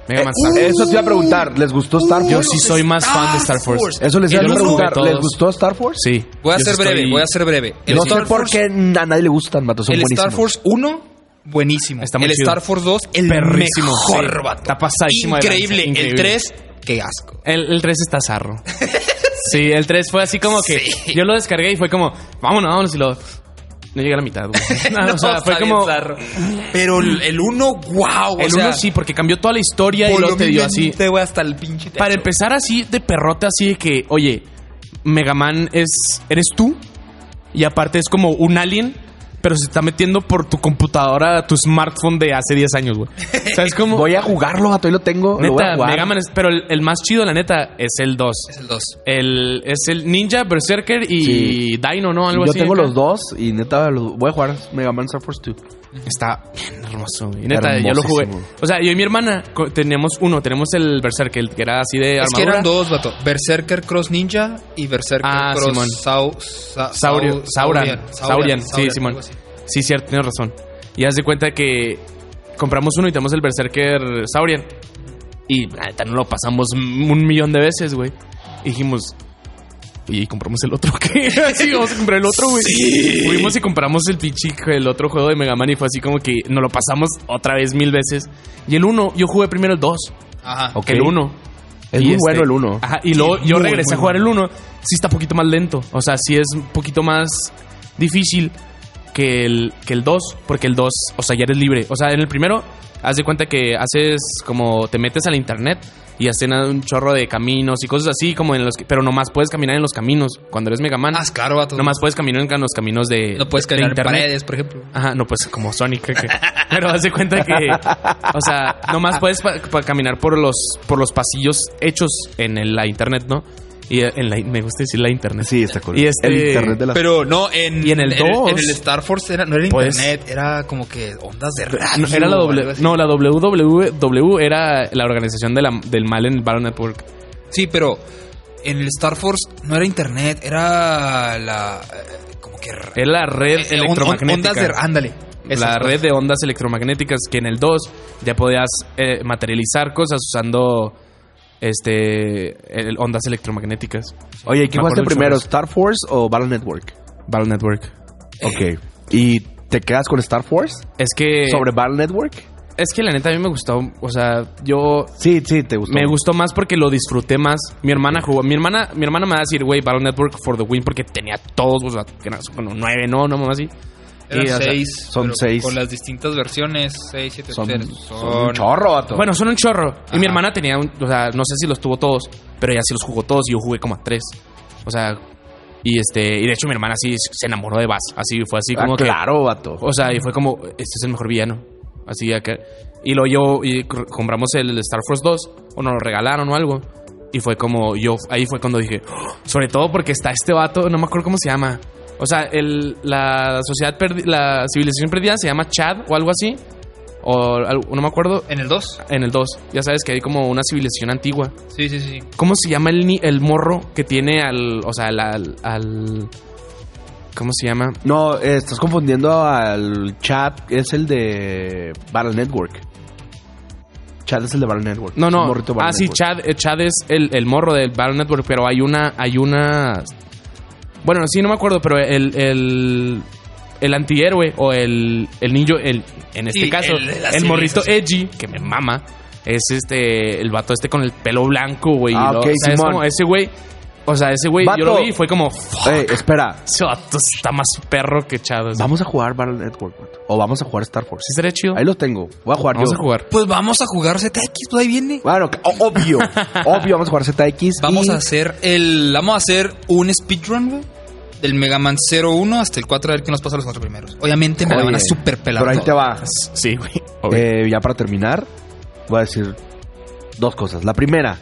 [SPEAKER 3] Mega
[SPEAKER 1] Eh,
[SPEAKER 3] Man Star Force.
[SPEAKER 1] eso te iba a preguntar. ¿Les gustó Star Force?
[SPEAKER 3] Yo sí soy más fan de Star Force.
[SPEAKER 1] Eso les
[SPEAKER 3] Y
[SPEAKER 1] iba a
[SPEAKER 3] los jugué
[SPEAKER 1] preguntar.
[SPEAKER 3] todos.
[SPEAKER 1] ¿Les gustó Star Force?
[SPEAKER 3] Sí.
[SPEAKER 2] Voy a
[SPEAKER 3] Yo sí
[SPEAKER 2] ser breve,
[SPEAKER 3] estoy-
[SPEAKER 2] voy a ser breve. El
[SPEAKER 1] No
[SPEAKER 2] Star
[SPEAKER 1] sé por
[SPEAKER 2] Force-
[SPEAKER 1] qué a nadie le gustan, vato. Son
[SPEAKER 2] el
[SPEAKER 1] buenísimos.
[SPEAKER 2] Star Force 1, buenísimo.
[SPEAKER 3] Está muy
[SPEAKER 2] el
[SPEAKER 3] chido.
[SPEAKER 2] Star Force 2, el
[SPEAKER 3] Perrísimo,
[SPEAKER 2] mejor,
[SPEAKER 3] sí.
[SPEAKER 2] vato.
[SPEAKER 3] Está pasadísimo de lanza,
[SPEAKER 2] Increíble. El
[SPEAKER 3] increíble.
[SPEAKER 2] 3, qué asco.
[SPEAKER 3] (laughs) El, el 3 está
[SPEAKER 2] (laughs)
[SPEAKER 3] zarro. sí, el 3 fue así como que yo lo descargué y fue como, vámonos, vámonos y lo... No llegué a la
[SPEAKER 2] (laughs)
[SPEAKER 3] mitad, güey. (laughs)
[SPEAKER 2] No,
[SPEAKER 3] o sea, fue
[SPEAKER 2] está bien
[SPEAKER 3] como...
[SPEAKER 2] zarro. Pero el el 1, wow.
[SPEAKER 3] El 1 sí, porque cambió toda la historia y lo te dio así.
[SPEAKER 2] Te voy hasta el pinche techo.
[SPEAKER 3] Para empezar así de perrote, así de que, oye, Mega Man es, eres tú y aparte es como un alien, pero se está metiendo por tu computadora, a tu smartphone de hace 10 años, güey. O sea, es
[SPEAKER 1] (laughs)
[SPEAKER 3] como...
[SPEAKER 1] Voy a jugarlo, vato. Ahí lo tengo. lo voy a
[SPEAKER 3] Neta,
[SPEAKER 1] jugar.
[SPEAKER 3] Mega Man es- pero el, el más chido, la neta, es el 2.
[SPEAKER 2] Es el 2.
[SPEAKER 3] El, es el Ninja, Berserker y
[SPEAKER 1] Sí.
[SPEAKER 3] Dino, ¿no? Algo
[SPEAKER 1] Yo
[SPEAKER 3] así.
[SPEAKER 1] tengo
[SPEAKER 3] acá.
[SPEAKER 1] los dos y neta, los- voy a jugar Mega Man Star Force 2.
[SPEAKER 3] Está bien hermoso, güey. Neta, yo lo jugué.
[SPEAKER 1] Hermosísimo.
[SPEAKER 3] O sea, yo y mi hermana co- teníamos uno. Tenemos el Berserk, el que era así de armadura.
[SPEAKER 2] Es que eran dos, vato. Berserker Cross Ninja y Berserker
[SPEAKER 3] Ah, Simón.
[SPEAKER 2] Cross Sau, Sa-
[SPEAKER 3] Saurio,
[SPEAKER 2] Sau-
[SPEAKER 3] Sauran. Saurian, sí,
[SPEAKER 2] Saurian,
[SPEAKER 3] Simón.
[SPEAKER 2] algo así.
[SPEAKER 3] Sí, cierto, tienes razón. Y haz de cuenta que compramos uno y tenemos el Berserker Saurian. Y la neta, no lo pasamos m- un millón de veces, güey. Y dijimos. Y compramos el otro, ¿qué? (laughs) sí, vamos a comprar el otro, güey. Fuimos y compramos el pinche, el otro juego de Mega Man y fue así como que nos lo pasamos otra vez mil veces. Y el uno, yo jugué primero el dos,
[SPEAKER 2] Ajá.
[SPEAKER 1] Ok.
[SPEAKER 3] el uno.
[SPEAKER 1] Es
[SPEAKER 3] Y
[SPEAKER 1] muy
[SPEAKER 3] este-
[SPEAKER 1] bueno el uno.
[SPEAKER 3] Ajá, y luego yo
[SPEAKER 2] muy
[SPEAKER 3] regresé a
[SPEAKER 2] bueno.
[SPEAKER 3] jugar el 1. Sí está un poquito más lento. O sea, sí es un poquito más difícil que el, que el 2. Porque el 2, o sea, ya eres libre. O sea, en el primero, haz de cuenta que haces como te metes al internet y hacen un chorro de caminos y cosas así, como en los que- pero nomás puedes caminar en los caminos. Cuando eres Mega Man,
[SPEAKER 2] Ah, es caro, vato.
[SPEAKER 3] nomás puedes caminar en los caminos de.
[SPEAKER 2] no puedes
[SPEAKER 3] de
[SPEAKER 2] caer en
[SPEAKER 3] internet.
[SPEAKER 2] paredes, por ejemplo.
[SPEAKER 3] Ajá, no, pues como Sonic. creo que- Pero haz de cuenta que. O sea, nomás puedes pa- pa- caminar por los, por los pasillos hechos en el- la internet, ¿no? Y eh, en la, me gusta decir la internet.
[SPEAKER 1] Sí, está cool.
[SPEAKER 3] Y este-
[SPEAKER 1] El internet de las...
[SPEAKER 2] Pero no, en,
[SPEAKER 3] Y en el dos,
[SPEAKER 2] En el Star Force era, no era
[SPEAKER 3] pues-
[SPEAKER 2] internet, era como que ondas de
[SPEAKER 3] Ah,
[SPEAKER 2] radio.
[SPEAKER 3] no, era la
[SPEAKER 2] o algo
[SPEAKER 3] W.
[SPEAKER 2] así.
[SPEAKER 3] No, la WWW era la organización de la- del mal en el Battle Network.
[SPEAKER 2] Sí, pero en el Star Force no era internet, era la. eh, como que.
[SPEAKER 3] Era la red
[SPEAKER 2] eh, on- on-
[SPEAKER 3] electromagnética.
[SPEAKER 2] Ondas de. Ándale.
[SPEAKER 3] la red de ondas electromagnéticas que en el 2 ya podías eh, materializar cosas usando este el- ondas electromagnéticas.
[SPEAKER 1] Oye, ¿qué jugaste
[SPEAKER 3] Me acuerdo mucho
[SPEAKER 1] primero,
[SPEAKER 3] de eso.
[SPEAKER 1] Star Force o Battle Network?
[SPEAKER 3] Battle Network.
[SPEAKER 1] Ok. ¿Y te quedas con Star Force
[SPEAKER 3] Es que
[SPEAKER 1] sobre Battle Network?
[SPEAKER 3] es que la neta a mí me gustó, o sea, yo
[SPEAKER 1] Sí, sí, te gustó.
[SPEAKER 3] me gustó más porque lo disfruté más. Mi hermana jugó, mi hermana, mi hermana me va a decir, güey, Battle Network for the win porque tenía todos, o sea, que eran como nueve, no, no, mamá así.
[SPEAKER 2] Eran
[SPEAKER 3] Y, o sea,
[SPEAKER 2] seis.
[SPEAKER 1] son
[SPEAKER 2] pero
[SPEAKER 1] seis.
[SPEAKER 2] Con las distintas versiones, seis, siete,
[SPEAKER 1] Son,
[SPEAKER 2] ocho,
[SPEAKER 1] son un chorro, vato.
[SPEAKER 3] Bueno, son un chorro. Y mi
[SPEAKER 2] Ajá.
[SPEAKER 3] hermana tenía, un, o sea, no sé si los tuvo todos, pero ella sí los jugó todos y yo jugué como a tres. O sea, y este, y de hecho mi hermana sí se enamoró de Bass, así fue así
[SPEAKER 1] Ah,
[SPEAKER 3] como que
[SPEAKER 1] claro, vato.
[SPEAKER 3] O sea, y fue como, este es el mejor villano. Así acá. Y luego yo y cr- compramos el Star Force 2, o nos lo regalaron o algo. Y fue como, yo, ahí fue cuando dije, "Oh", sobre todo porque está este vato, no me acuerdo cómo se llama. O sea, el, la sociedad, perdi- la civilización perdida se llama Chad o algo así. O al- no me acuerdo.
[SPEAKER 2] En el dos.
[SPEAKER 3] En el 2, ya sabes que hay como una civilización antigua.
[SPEAKER 2] Sí, sí, sí.
[SPEAKER 3] ¿Cómo se llama el, ni- el morro que tiene al. O sea, al- al- al ¿Cómo se llama?
[SPEAKER 1] No, eh, estás confundiendo al chat, es el de Battle Network. Chat es el de Battle Network.
[SPEAKER 3] No,
[SPEAKER 1] es un
[SPEAKER 3] no.
[SPEAKER 1] morrito de Battle
[SPEAKER 3] Ah, sí,
[SPEAKER 1] Network.
[SPEAKER 3] Chad, eh, Chad es el, el morro del Battle Network, pero hay una, hay una. Bueno, sí, no me acuerdo, pero el, el, el antihéroe o el, el niño, el, en este
[SPEAKER 2] Sí,
[SPEAKER 3] caso,
[SPEAKER 2] el de la
[SPEAKER 3] el, morrito
[SPEAKER 2] civilización.
[SPEAKER 3] edgy, que me mama, es este, el vato este con el pelo blanco, güey. y
[SPEAKER 1] Ah, ok,
[SPEAKER 3] luego, o sea, es
[SPEAKER 1] Simón.
[SPEAKER 3] como ese güey, o sea, ese güey, yo
[SPEAKER 1] Vato.
[SPEAKER 3] lo vi y fue como, "Fuck,
[SPEAKER 1] Eh, espera.
[SPEAKER 3] ese vato está más perro que Chad. o sea,
[SPEAKER 1] Vamos a jugar Battle Network, vato. O vamos a jugar Star Force.
[SPEAKER 3] Sí, estaría chido.
[SPEAKER 1] Ahí los tengo. Voy a jugar
[SPEAKER 3] Vamos
[SPEAKER 1] yo.
[SPEAKER 3] a jugar.
[SPEAKER 2] Pues vamos a jugar ZX, pues ahí viene.
[SPEAKER 1] Bueno, que- o-
[SPEAKER 3] (laughs)
[SPEAKER 1] obvio. obvio, vamos a jugar ZX.
[SPEAKER 2] Vamos
[SPEAKER 1] y-
[SPEAKER 2] a hacer el. Vamos a hacer un speedrun, güey. Del Mega Man 01 hasta el 4, a ver quién nos pasa los cuatro primeros. Obviamente me la van a
[SPEAKER 1] Oye,
[SPEAKER 2] super pelar.
[SPEAKER 1] Pero ahí te va.
[SPEAKER 3] Sí, güey. obvio.
[SPEAKER 1] Eh, ya para terminar, voy a decir dos cosas. La primera,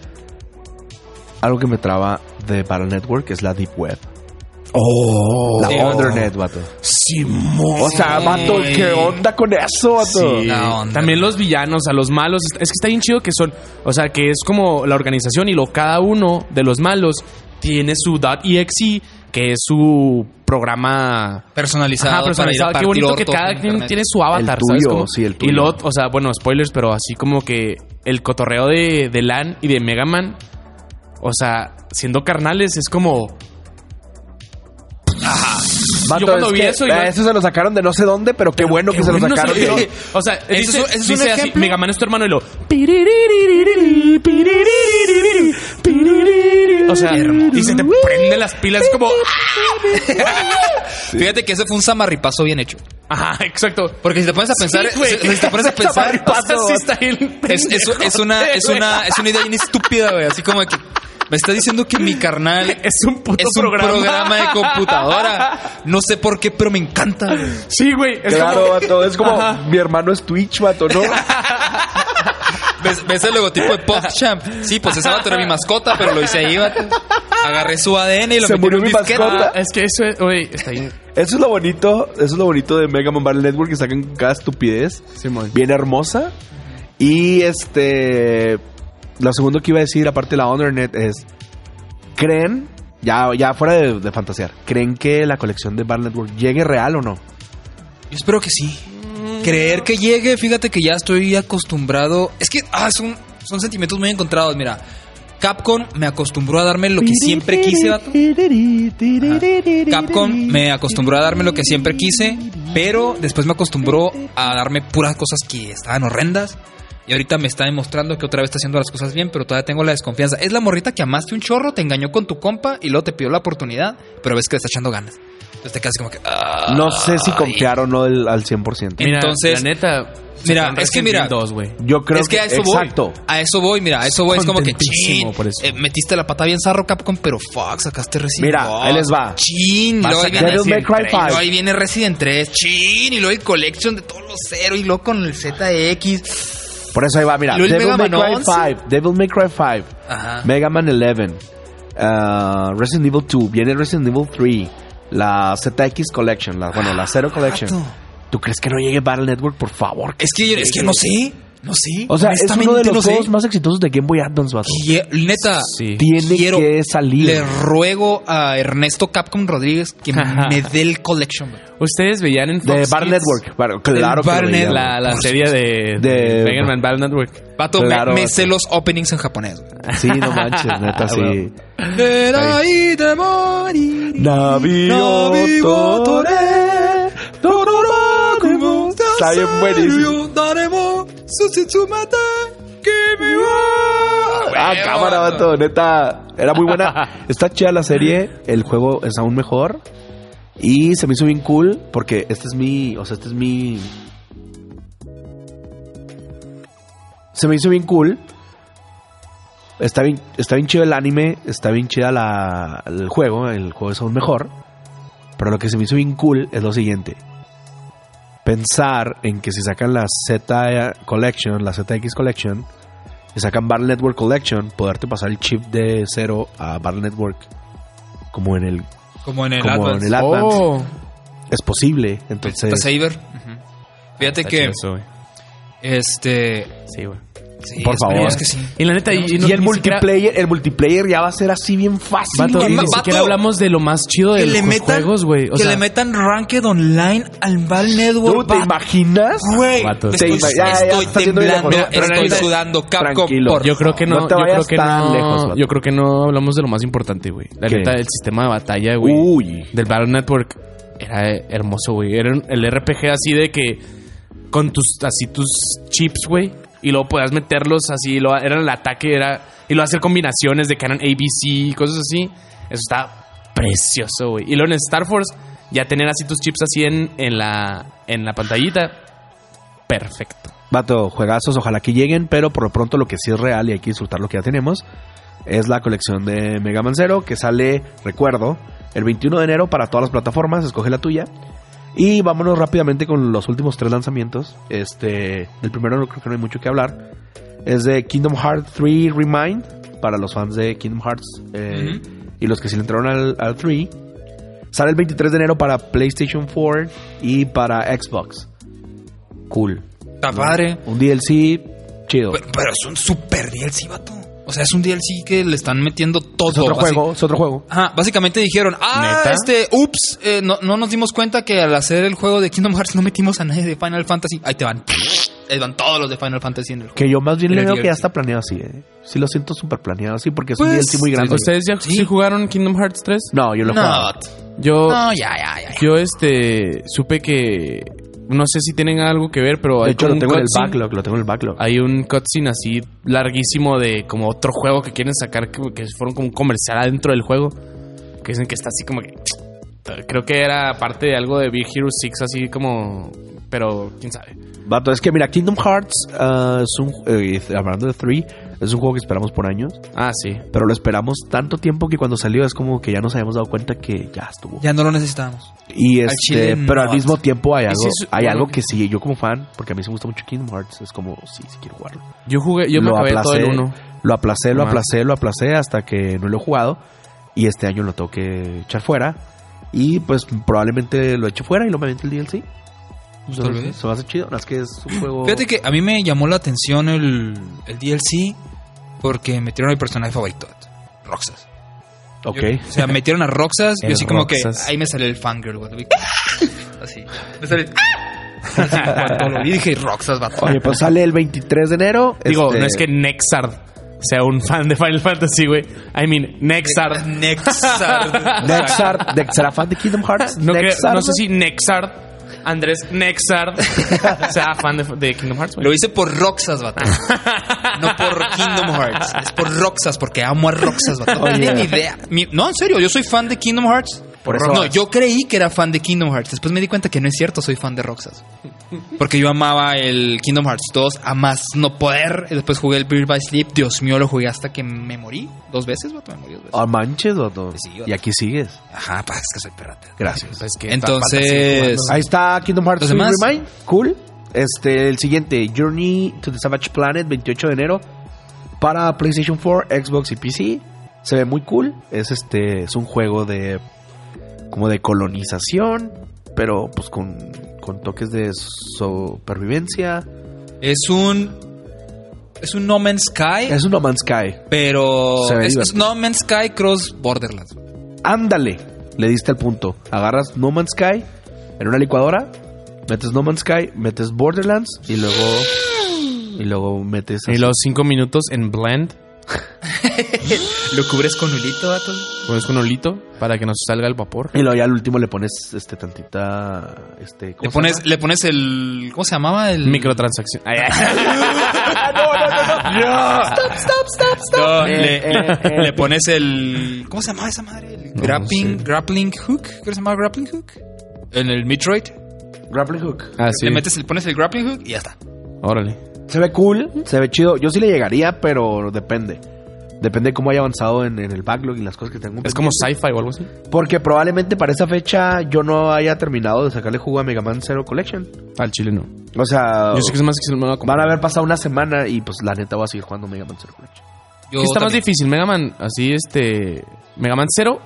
[SPEAKER 1] algo que me traba de Battle Network es la Deep Web.
[SPEAKER 3] Oh,
[SPEAKER 1] La
[SPEAKER 2] Sí, vato.
[SPEAKER 1] Undernet, vato.
[SPEAKER 3] Simón.
[SPEAKER 1] O sea,
[SPEAKER 2] Sí.
[SPEAKER 1] vato, ¿qué onda con eso, vato?
[SPEAKER 3] Sí.
[SPEAKER 2] La onda.
[SPEAKER 3] También los villanos, a los malos. Es que está bien chido que son. O sea, que es como la organización y lo cada uno de los malos tiene su .exe, que es su programa.
[SPEAKER 2] Personalizado.
[SPEAKER 3] Ajá, personalizado.
[SPEAKER 2] para
[SPEAKER 3] Qué
[SPEAKER 2] ir a
[SPEAKER 3] bonito que
[SPEAKER 2] partir
[SPEAKER 3] cada
[SPEAKER 2] ortos en
[SPEAKER 3] quien
[SPEAKER 2] internet.
[SPEAKER 3] tiene su avatar,
[SPEAKER 1] El
[SPEAKER 3] ¿sabes
[SPEAKER 1] tuyo,
[SPEAKER 3] cómo?
[SPEAKER 1] sí, el
[SPEAKER 3] Y
[SPEAKER 1] tuyo.
[SPEAKER 3] lo, o sea, bueno, spoilers, pero así como que el cotorreo de, de LAN y de Mega Man, o sea, siendo carnales, es como.
[SPEAKER 1] Vato,
[SPEAKER 3] Yo cuando
[SPEAKER 1] es
[SPEAKER 3] vi
[SPEAKER 1] que,
[SPEAKER 3] eso, yo-
[SPEAKER 1] eh, eso se lo sacaron de no sé dónde, pero qué bueno que se lo
[SPEAKER 3] bueno,
[SPEAKER 1] sacaron.
[SPEAKER 3] se lo
[SPEAKER 1] de-
[SPEAKER 3] dieron. O sea,
[SPEAKER 2] es
[SPEAKER 3] dice,
[SPEAKER 2] un- ese es un
[SPEAKER 3] dice así,
[SPEAKER 2] ejemplo.
[SPEAKER 3] Mega Man es tu hermano y lo. O sea, y se te prende las pilas como.
[SPEAKER 2] (laughs) Fíjate que ese fue un samarripazo bien hecho.
[SPEAKER 3] Ajá, exacto.
[SPEAKER 2] Porque si te pones a pensar.
[SPEAKER 3] Sí, güey.
[SPEAKER 2] si, si te
[SPEAKER 3] (laughs)
[SPEAKER 2] pones a pensar.
[SPEAKER 3] O sea, sí está bien
[SPEAKER 2] (laughs) Es, es-
[SPEAKER 3] pendejo.
[SPEAKER 2] es una, es, una, es una idea bien estúpida, güey. Así como que. Me está diciendo que mi carnal es,
[SPEAKER 3] (laughs) Es un puto
[SPEAKER 2] un
[SPEAKER 3] programa.
[SPEAKER 2] programa. de computadora. No sé por qué, pero me encanta. güey.
[SPEAKER 3] Sí, güey. (laughs) Es
[SPEAKER 1] Claro,
[SPEAKER 3] como-
[SPEAKER 1] vato, es como
[SPEAKER 3] Ajá.
[SPEAKER 1] mi hermano es Twitch, vato,
[SPEAKER 3] (laughs)
[SPEAKER 1] ¿no?
[SPEAKER 2] ¿Ves, ves el logotipo de PogChamp? Sí, pues ese vato era mi mascota, pero lo hice ahí, vato. Agarré su ADN y lo
[SPEAKER 1] Se
[SPEAKER 2] metí en
[SPEAKER 1] murió
[SPEAKER 2] un
[SPEAKER 1] mi
[SPEAKER 2] disquete.
[SPEAKER 1] mascota.
[SPEAKER 3] Ah, es que eso es, güey, está bien.
[SPEAKER 1] Eso es lo bonito, eso es lo bonito de Mega Man Battle Network que sacan cada estupidez.
[SPEAKER 3] Simón.
[SPEAKER 1] bien hermosa. Y este. Lo segundo que iba a decir, aparte de la Honornet, es. ¿Creen, ya, ya fuera de, de fantasear, ¿creen que la colección de Battle Network llegue real o no?
[SPEAKER 2] Yo espero que sí. Creer que llegue, fíjate que ya estoy acostumbrado. Es que ah, son, son sentimientos muy encontrados. Mira, Capcom me acostumbró a darme lo que siempre quise, vato. Capcom me acostumbró a darme lo que siempre quise, pero después me acostumbró a darme puras cosas que estaban horrendas. Y ahorita me está demostrando que otra vez está haciendo las cosas bien, pero todavía tengo la desconfianza. Es la morrita que amaste un chorro, te engañó con tu compa y luego te pidió la oportunidad, pero ves que le está echando ganas. Entonces te quedas como que. ah,
[SPEAKER 1] No sé si confiar o no del- al 100%.
[SPEAKER 3] Mira,
[SPEAKER 2] Entonces-
[SPEAKER 3] la neta.
[SPEAKER 2] Mira,
[SPEAKER 3] sacaron
[SPEAKER 2] es que
[SPEAKER 3] Resident
[SPEAKER 2] mira,
[SPEAKER 3] Evil 2, güey.
[SPEAKER 1] Yo creo
[SPEAKER 2] es que, a eso
[SPEAKER 1] exacto.
[SPEAKER 2] voy. A eso voy, mira, a eso voy. Es como que
[SPEAKER 3] Contentísimo
[SPEAKER 2] chin,
[SPEAKER 3] por eso.
[SPEAKER 2] eh, metiste la pata bien zarro Capcom, pero fuck, sacaste Resident
[SPEAKER 1] Mira,
[SPEAKER 2] Evil.
[SPEAKER 1] ahí les va.
[SPEAKER 2] Chin, y
[SPEAKER 3] Vas
[SPEAKER 2] luego
[SPEAKER 3] a
[SPEAKER 2] ahí
[SPEAKER 3] sacar
[SPEAKER 2] viene,
[SPEAKER 1] Devil May Cry
[SPEAKER 2] y luego ahí
[SPEAKER 1] 5.
[SPEAKER 2] viene Resident 3, chin, y luego el collection de todos los cero, y luego con el ZX.
[SPEAKER 1] Por eso ahí va, mira.
[SPEAKER 2] ¿Y luego el
[SPEAKER 1] Devil
[SPEAKER 2] Mega
[SPEAKER 1] May
[SPEAKER 2] Man
[SPEAKER 1] Cry
[SPEAKER 2] 11?
[SPEAKER 1] 5. Devil May Cry 5.
[SPEAKER 2] Ajá.
[SPEAKER 1] Mega Man 11. ah, Resident Evil 2. Viene Resident Evil 3. La ZX Collection. La, bueno, la Zero Collection.
[SPEAKER 2] Vato.
[SPEAKER 1] ¿Tú crees que no llegue Battle Network? Por favor.
[SPEAKER 2] Es que, es que no sé, no sé.
[SPEAKER 1] O sea, es uno de
[SPEAKER 2] honestamente
[SPEAKER 1] los
[SPEAKER 2] no sé.
[SPEAKER 1] juegos más exitosos de Game Boy Advance, vato.
[SPEAKER 2] Quie- Neta,
[SPEAKER 3] Sí.
[SPEAKER 1] Tiene
[SPEAKER 2] quiero-
[SPEAKER 1] que salir.
[SPEAKER 2] le ruego a Ernesto Capcom Rodríguez
[SPEAKER 1] (laughs)
[SPEAKER 2] que me dé el collection. güey.
[SPEAKER 3] Ustedes veían en Fox
[SPEAKER 1] De Bar
[SPEAKER 3] Kids
[SPEAKER 1] Network. Claro, claro que
[SPEAKER 2] Bar
[SPEAKER 1] lo veía,
[SPEAKER 2] Network.
[SPEAKER 1] güey.
[SPEAKER 3] La, la
[SPEAKER 2] Por
[SPEAKER 3] serie de,
[SPEAKER 1] De-
[SPEAKER 3] de Mega Man Battle Network.
[SPEAKER 2] Vato, me-
[SPEAKER 1] Claro,
[SPEAKER 2] me,
[SPEAKER 1] vato.
[SPEAKER 2] sé los openings en japonés. güey.
[SPEAKER 1] Sí, no manches,
[SPEAKER 2] (laughs)
[SPEAKER 1] neta, sí.
[SPEAKER 2] De ahí te moriré.
[SPEAKER 1] Navío
[SPEAKER 2] Navío
[SPEAKER 1] Toré, Tororó, Está bien buenísimo. Ah,
[SPEAKER 2] Huevo,
[SPEAKER 1] cámara,
[SPEAKER 2] vato.
[SPEAKER 1] vato, neta. Era muy buena. Está chida la serie, el juego es aún mejor. Y se me hizo bien cool porque este es mi. O sea, este es mi. Se me hizo bien cool. Está bien, está bien chido el anime, está bien chida la, el juego, el juego es aún mejor. Pero lo que se me hizo bien cool es lo siguiente. Pensar en que si sacan la Z eh, Collection, la ZX Collection, y sacan Battle Network Collection, poderte pasar el chip de cero a Battle Network como en el,
[SPEAKER 2] Como en el
[SPEAKER 1] como
[SPEAKER 2] Atlas.
[SPEAKER 1] en el Advance.
[SPEAKER 3] Oh.
[SPEAKER 1] Es posible, entonces...
[SPEAKER 2] Está Saber. Fíjate
[SPEAKER 3] Está
[SPEAKER 2] que,
[SPEAKER 3] chido eso, güey.
[SPEAKER 2] este...
[SPEAKER 3] Sí, güey.
[SPEAKER 2] sí,
[SPEAKER 1] Por favor.
[SPEAKER 2] esperemos que sí.
[SPEAKER 3] Y la neta, y,
[SPEAKER 1] Y,
[SPEAKER 3] no-
[SPEAKER 1] el
[SPEAKER 3] ni
[SPEAKER 1] multiplayer, el multiplayer ya va a ser así bien fácil.
[SPEAKER 3] Siquiera, vato,
[SPEAKER 1] güey.
[SPEAKER 3] ni
[SPEAKER 2] Vato,
[SPEAKER 3] siquiera hablamos de lo más chido de
[SPEAKER 2] Que le
[SPEAKER 3] los
[SPEAKER 2] metan,
[SPEAKER 3] juegos, güey. O
[SPEAKER 2] que
[SPEAKER 3] sea,
[SPEAKER 2] le metan Ranked Online al Val Network.
[SPEAKER 1] ¿Tú te
[SPEAKER 2] vato.
[SPEAKER 1] imaginas?
[SPEAKER 2] Güey,
[SPEAKER 3] Vato,
[SPEAKER 1] te
[SPEAKER 2] estoy,
[SPEAKER 1] ima- ya, ya,
[SPEAKER 2] estoy
[SPEAKER 1] está haciendo
[SPEAKER 2] temblando,
[SPEAKER 1] bien la cosa.
[SPEAKER 2] estoy
[SPEAKER 1] Tranquilo.
[SPEAKER 2] sudando. Capcom,
[SPEAKER 1] Tranquilo.
[SPEAKER 2] por
[SPEAKER 3] yo creo que no,
[SPEAKER 1] No te
[SPEAKER 3] yo creo
[SPEAKER 1] vayas
[SPEAKER 3] que
[SPEAKER 1] tan
[SPEAKER 3] no,
[SPEAKER 1] lejos, vato.
[SPEAKER 3] yo creo que no hablamos de lo más importante, güey. La
[SPEAKER 1] ¿Qué?
[SPEAKER 3] neta, el sistema de batalla, güey.
[SPEAKER 1] Uy.
[SPEAKER 3] del Battle Network era hermoso, güey. Era un- el RPG así de que con tus así tus chips, güey, y luego podías meterlos así, lo, era el ataque, era y lo hacer combinaciones de que eran ABC y cosas así. Eso está precioso, güey. Y luego en Star Force ya tener así tus chips así en, en la en la pantallita. Perfecto.
[SPEAKER 1] Vato, juegazos, ojalá que lleguen, pero por lo pronto lo que sí es real y hay que disfrutar lo que ya tenemos es la colección de Mega Man Zero que sale, recuerdo, el 21 de enero para todas las plataformas, escoge la tuya. Y vámonos rápidamente con los últimos tres lanzamientos. Este, del primero no creo que no hay mucho que hablar. Es de Kingdom Hearts 3 Remind para los fans de Kingdom Hearts eh, y los que sí le entraron al, al 3. Sale el 23 de enero para PlayStation 4 y para Xbox. Cool.
[SPEAKER 2] Está padre.
[SPEAKER 1] Un DLC chido.
[SPEAKER 2] Pero, pero es un super DLC, vato. O sea, es un DLC que le están metiendo todo.
[SPEAKER 1] es otro
[SPEAKER 2] basi-
[SPEAKER 1] juego, es otro juego.
[SPEAKER 2] Ajá, básicamente dijeron, ah,
[SPEAKER 3] ¿Neta?
[SPEAKER 2] este, ups, eh, no, no nos dimos cuenta que al hacer el juego de Kingdom Hearts no metimos a nadie de Final Fantasy. Ahí te van. Ahí van todos los de Final Fantasy en el juego.
[SPEAKER 1] Que yo más bien
[SPEAKER 2] El
[SPEAKER 1] le veo que
[SPEAKER 2] DLC.
[SPEAKER 1] ya está planeado así, eh. Sí lo siento súper planeado así porque es un
[SPEAKER 2] Pues,
[SPEAKER 1] DLC muy grande.
[SPEAKER 3] ¿Ustedes ya
[SPEAKER 2] Sí.
[SPEAKER 3] sí jugaron Kingdom Hearts 3?
[SPEAKER 1] No, yo lo
[SPEAKER 2] No,
[SPEAKER 1] juego.
[SPEAKER 2] vato.
[SPEAKER 3] Yo
[SPEAKER 2] no, ya, ya, ya.
[SPEAKER 3] yo este supe que no sé si tienen algo que ver, pero
[SPEAKER 1] De
[SPEAKER 3] hay
[SPEAKER 1] hecho,
[SPEAKER 3] como
[SPEAKER 1] lo
[SPEAKER 3] un
[SPEAKER 1] tengo en el
[SPEAKER 3] cutscene.
[SPEAKER 1] backlog, lo tengo en el backlog.
[SPEAKER 3] Hay un cutscene así larguísimo de como otro juego que quieren sacar, que, que fueron como un comercial adentro del juego. Que dicen que está así como que. Creo que era parte de algo de Big Hero 6, así como. Pero quién sabe.
[SPEAKER 1] Vato, es que mira, Kingdom Hearts ah, es un eh, hablando de 3, es un juego que esperamos por años,
[SPEAKER 3] Ah, sí.
[SPEAKER 1] pero lo esperamos tanto tiempo que cuando salió es como que ya nos habíamos dado cuenta que ya estuvo.
[SPEAKER 2] Ya no lo necesitábamos.
[SPEAKER 1] Y
[SPEAKER 2] Al
[SPEAKER 1] este,
[SPEAKER 2] chile,
[SPEAKER 1] pero
[SPEAKER 2] no,
[SPEAKER 1] al mismo
[SPEAKER 2] vato.
[SPEAKER 1] tiempo hay algo,
[SPEAKER 3] si es-
[SPEAKER 1] hay
[SPEAKER 3] bueno,
[SPEAKER 1] algo
[SPEAKER 3] que-
[SPEAKER 1] que sí, yo como fan, porque a mí se me gusta mucho Kingdom Hearts, es como sí, sí quiero jugarlo.
[SPEAKER 3] Yo jugué, yo me acabé todo el uno
[SPEAKER 1] Lo aplacé, lo
[SPEAKER 3] Ajá.
[SPEAKER 1] aplacé, lo aplacé hasta que no lo he jugado. Y este año lo tengo que echar fuera. Y pues probablemente lo eche fuera y lo me aviente el DLC.
[SPEAKER 2] tal
[SPEAKER 1] Entonces,
[SPEAKER 2] vez.
[SPEAKER 1] Pues, Se va a hacer chido. No, es que es un
[SPEAKER 2] (clears throat)
[SPEAKER 1] juego.
[SPEAKER 2] Fíjate que a mí me llamó la atención el, el DLC porque metieron al personaje favorito, Roxas.
[SPEAKER 1] Ok.
[SPEAKER 2] Yo- o sea, metieron a Roxas y
[SPEAKER 1] El
[SPEAKER 2] así como
[SPEAKER 1] Roxas.
[SPEAKER 2] que ahí me sale el fangirl, güey. (laughs) Así. Me sale el- (laughs) Así, en cuanto lo vi, dije,
[SPEAKER 1] (laughs)
[SPEAKER 2] Roxas, vato.
[SPEAKER 1] Oye, pues sale el 23 de enero.
[SPEAKER 3] Digo,
[SPEAKER 1] Este,
[SPEAKER 3] no es que Nexard sea un fan de Final Fantasy, güey. I mean,
[SPEAKER 2] (laughs)
[SPEAKER 3] Nexard.
[SPEAKER 2] Nexar.
[SPEAKER 1] Nexar, Nexarafan de Kingdom Hearts.
[SPEAKER 3] No, creo-
[SPEAKER 1] Nexar,
[SPEAKER 3] no sé si Nexard, Andrés Nexard, sea fan de, de Kingdom Hearts, güey.
[SPEAKER 2] Lo hice por Roxas, vato. No por Kingdom Hearts. Es por Roxas, porque amo a Roxas, vato. No
[SPEAKER 1] Oye.
[SPEAKER 2] tenía ni idea. Mi- no, en serio, yo soy fan de Kingdom Hearts.
[SPEAKER 1] Por eso
[SPEAKER 2] no,
[SPEAKER 1] vas.
[SPEAKER 2] yo creí que era fan de Kingdom Hearts. Después me di cuenta que no es cierto, soy fan de Roxas. Porque yo amaba el Kingdom Hearts 2 a más no poder. Y Después jugué el Beer by Sleep. Dios mío, lo jugué hasta que me morí. Dos veces, vato, me morí dos veces.
[SPEAKER 1] Ah, manches, vato.
[SPEAKER 2] Sí, vato.
[SPEAKER 1] Y aquí sigues.
[SPEAKER 2] Ajá, pa, es que soy perrata.
[SPEAKER 1] Gracias.
[SPEAKER 3] Pues que
[SPEAKER 2] Entonces-
[SPEAKER 1] Ahí está Kingdom Hearts
[SPEAKER 2] Los
[SPEAKER 1] 3
[SPEAKER 2] demás.
[SPEAKER 1] Remind. Cool. Este, el siguiente, Journey to the Savage Planet, 28 de enero. Para PlayStation 4, Xbox y PC. Se ve muy cool. Es este. Es un juego de. como de colonización. Pero pues con. con toques de supervivencia.
[SPEAKER 2] Es un. Es un No Man's Sky,
[SPEAKER 1] Es un No Man's Sky.
[SPEAKER 2] pero.
[SPEAKER 1] Se ve
[SPEAKER 2] Es, es
[SPEAKER 1] divertido.
[SPEAKER 2] No Man's Sky Cross Borderlands.
[SPEAKER 1] Ándale, le diste al punto. Agarras No Man's Sky en una licuadora, metes No Man's Sky, metes Borderlands y luego y luego metes
[SPEAKER 3] Y los cinco minutos en blend,
[SPEAKER 2] Lo cubres con hilito, vato.
[SPEAKER 3] pones un olito para que nos salga el vapor.
[SPEAKER 1] y luego ya al último le pones este tantita este ¿cómo
[SPEAKER 2] Le
[SPEAKER 1] se
[SPEAKER 2] pones,
[SPEAKER 1] llama?
[SPEAKER 2] le pones el. ¿Cómo se llamaba? El.
[SPEAKER 3] Microtransacción. Ay, ay.
[SPEAKER 2] No,
[SPEAKER 1] Eh,
[SPEAKER 2] le,
[SPEAKER 1] eh, eh.
[SPEAKER 2] le pones el. ¿Cómo se llamaba esa madre? El
[SPEAKER 3] No
[SPEAKER 2] grappling,
[SPEAKER 3] sé.
[SPEAKER 2] grappling hook. ¿Creo que se llamaba grappling hook? En el Metroid.
[SPEAKER 1] grappling hook.
[SPEAKER 3] Ah, sí.
[SPEAKER 2] Le metes, le pones el grappling hook y ya está.
[SPEAKER 3] Órale.
[SPEAKER 1] Se ve cool, se ve chido. Yo sí le llegaría, pero depende. Depende cómo haya avanzado en, en el backlog y las cosas que tengo.
[SPEAKER 3] Es como sci-fi o algo así.
[SPEAKER 1] Porque probablemente para esa fecha yo no haya terminado de sacarle jugo a Mega Man Zero Collection.
[SPEAKER 3] Al chile no.
[SPEAKER 1] O sea,
[SPEAKER 3] Yo sé que es más que se lo van a comprar.
[SPEAKER 1] van a haber pasado una semana y pues la neta voy a seguir jugando Mega Man Zero Collection.
[SPEAKER 2] Yo
[SPEAKER 3] ¿Qué está más
[SPEAKER 2] también.
[SPEAKER 3] difícil? ¿Mega Man así, este. ¿Mega Man 0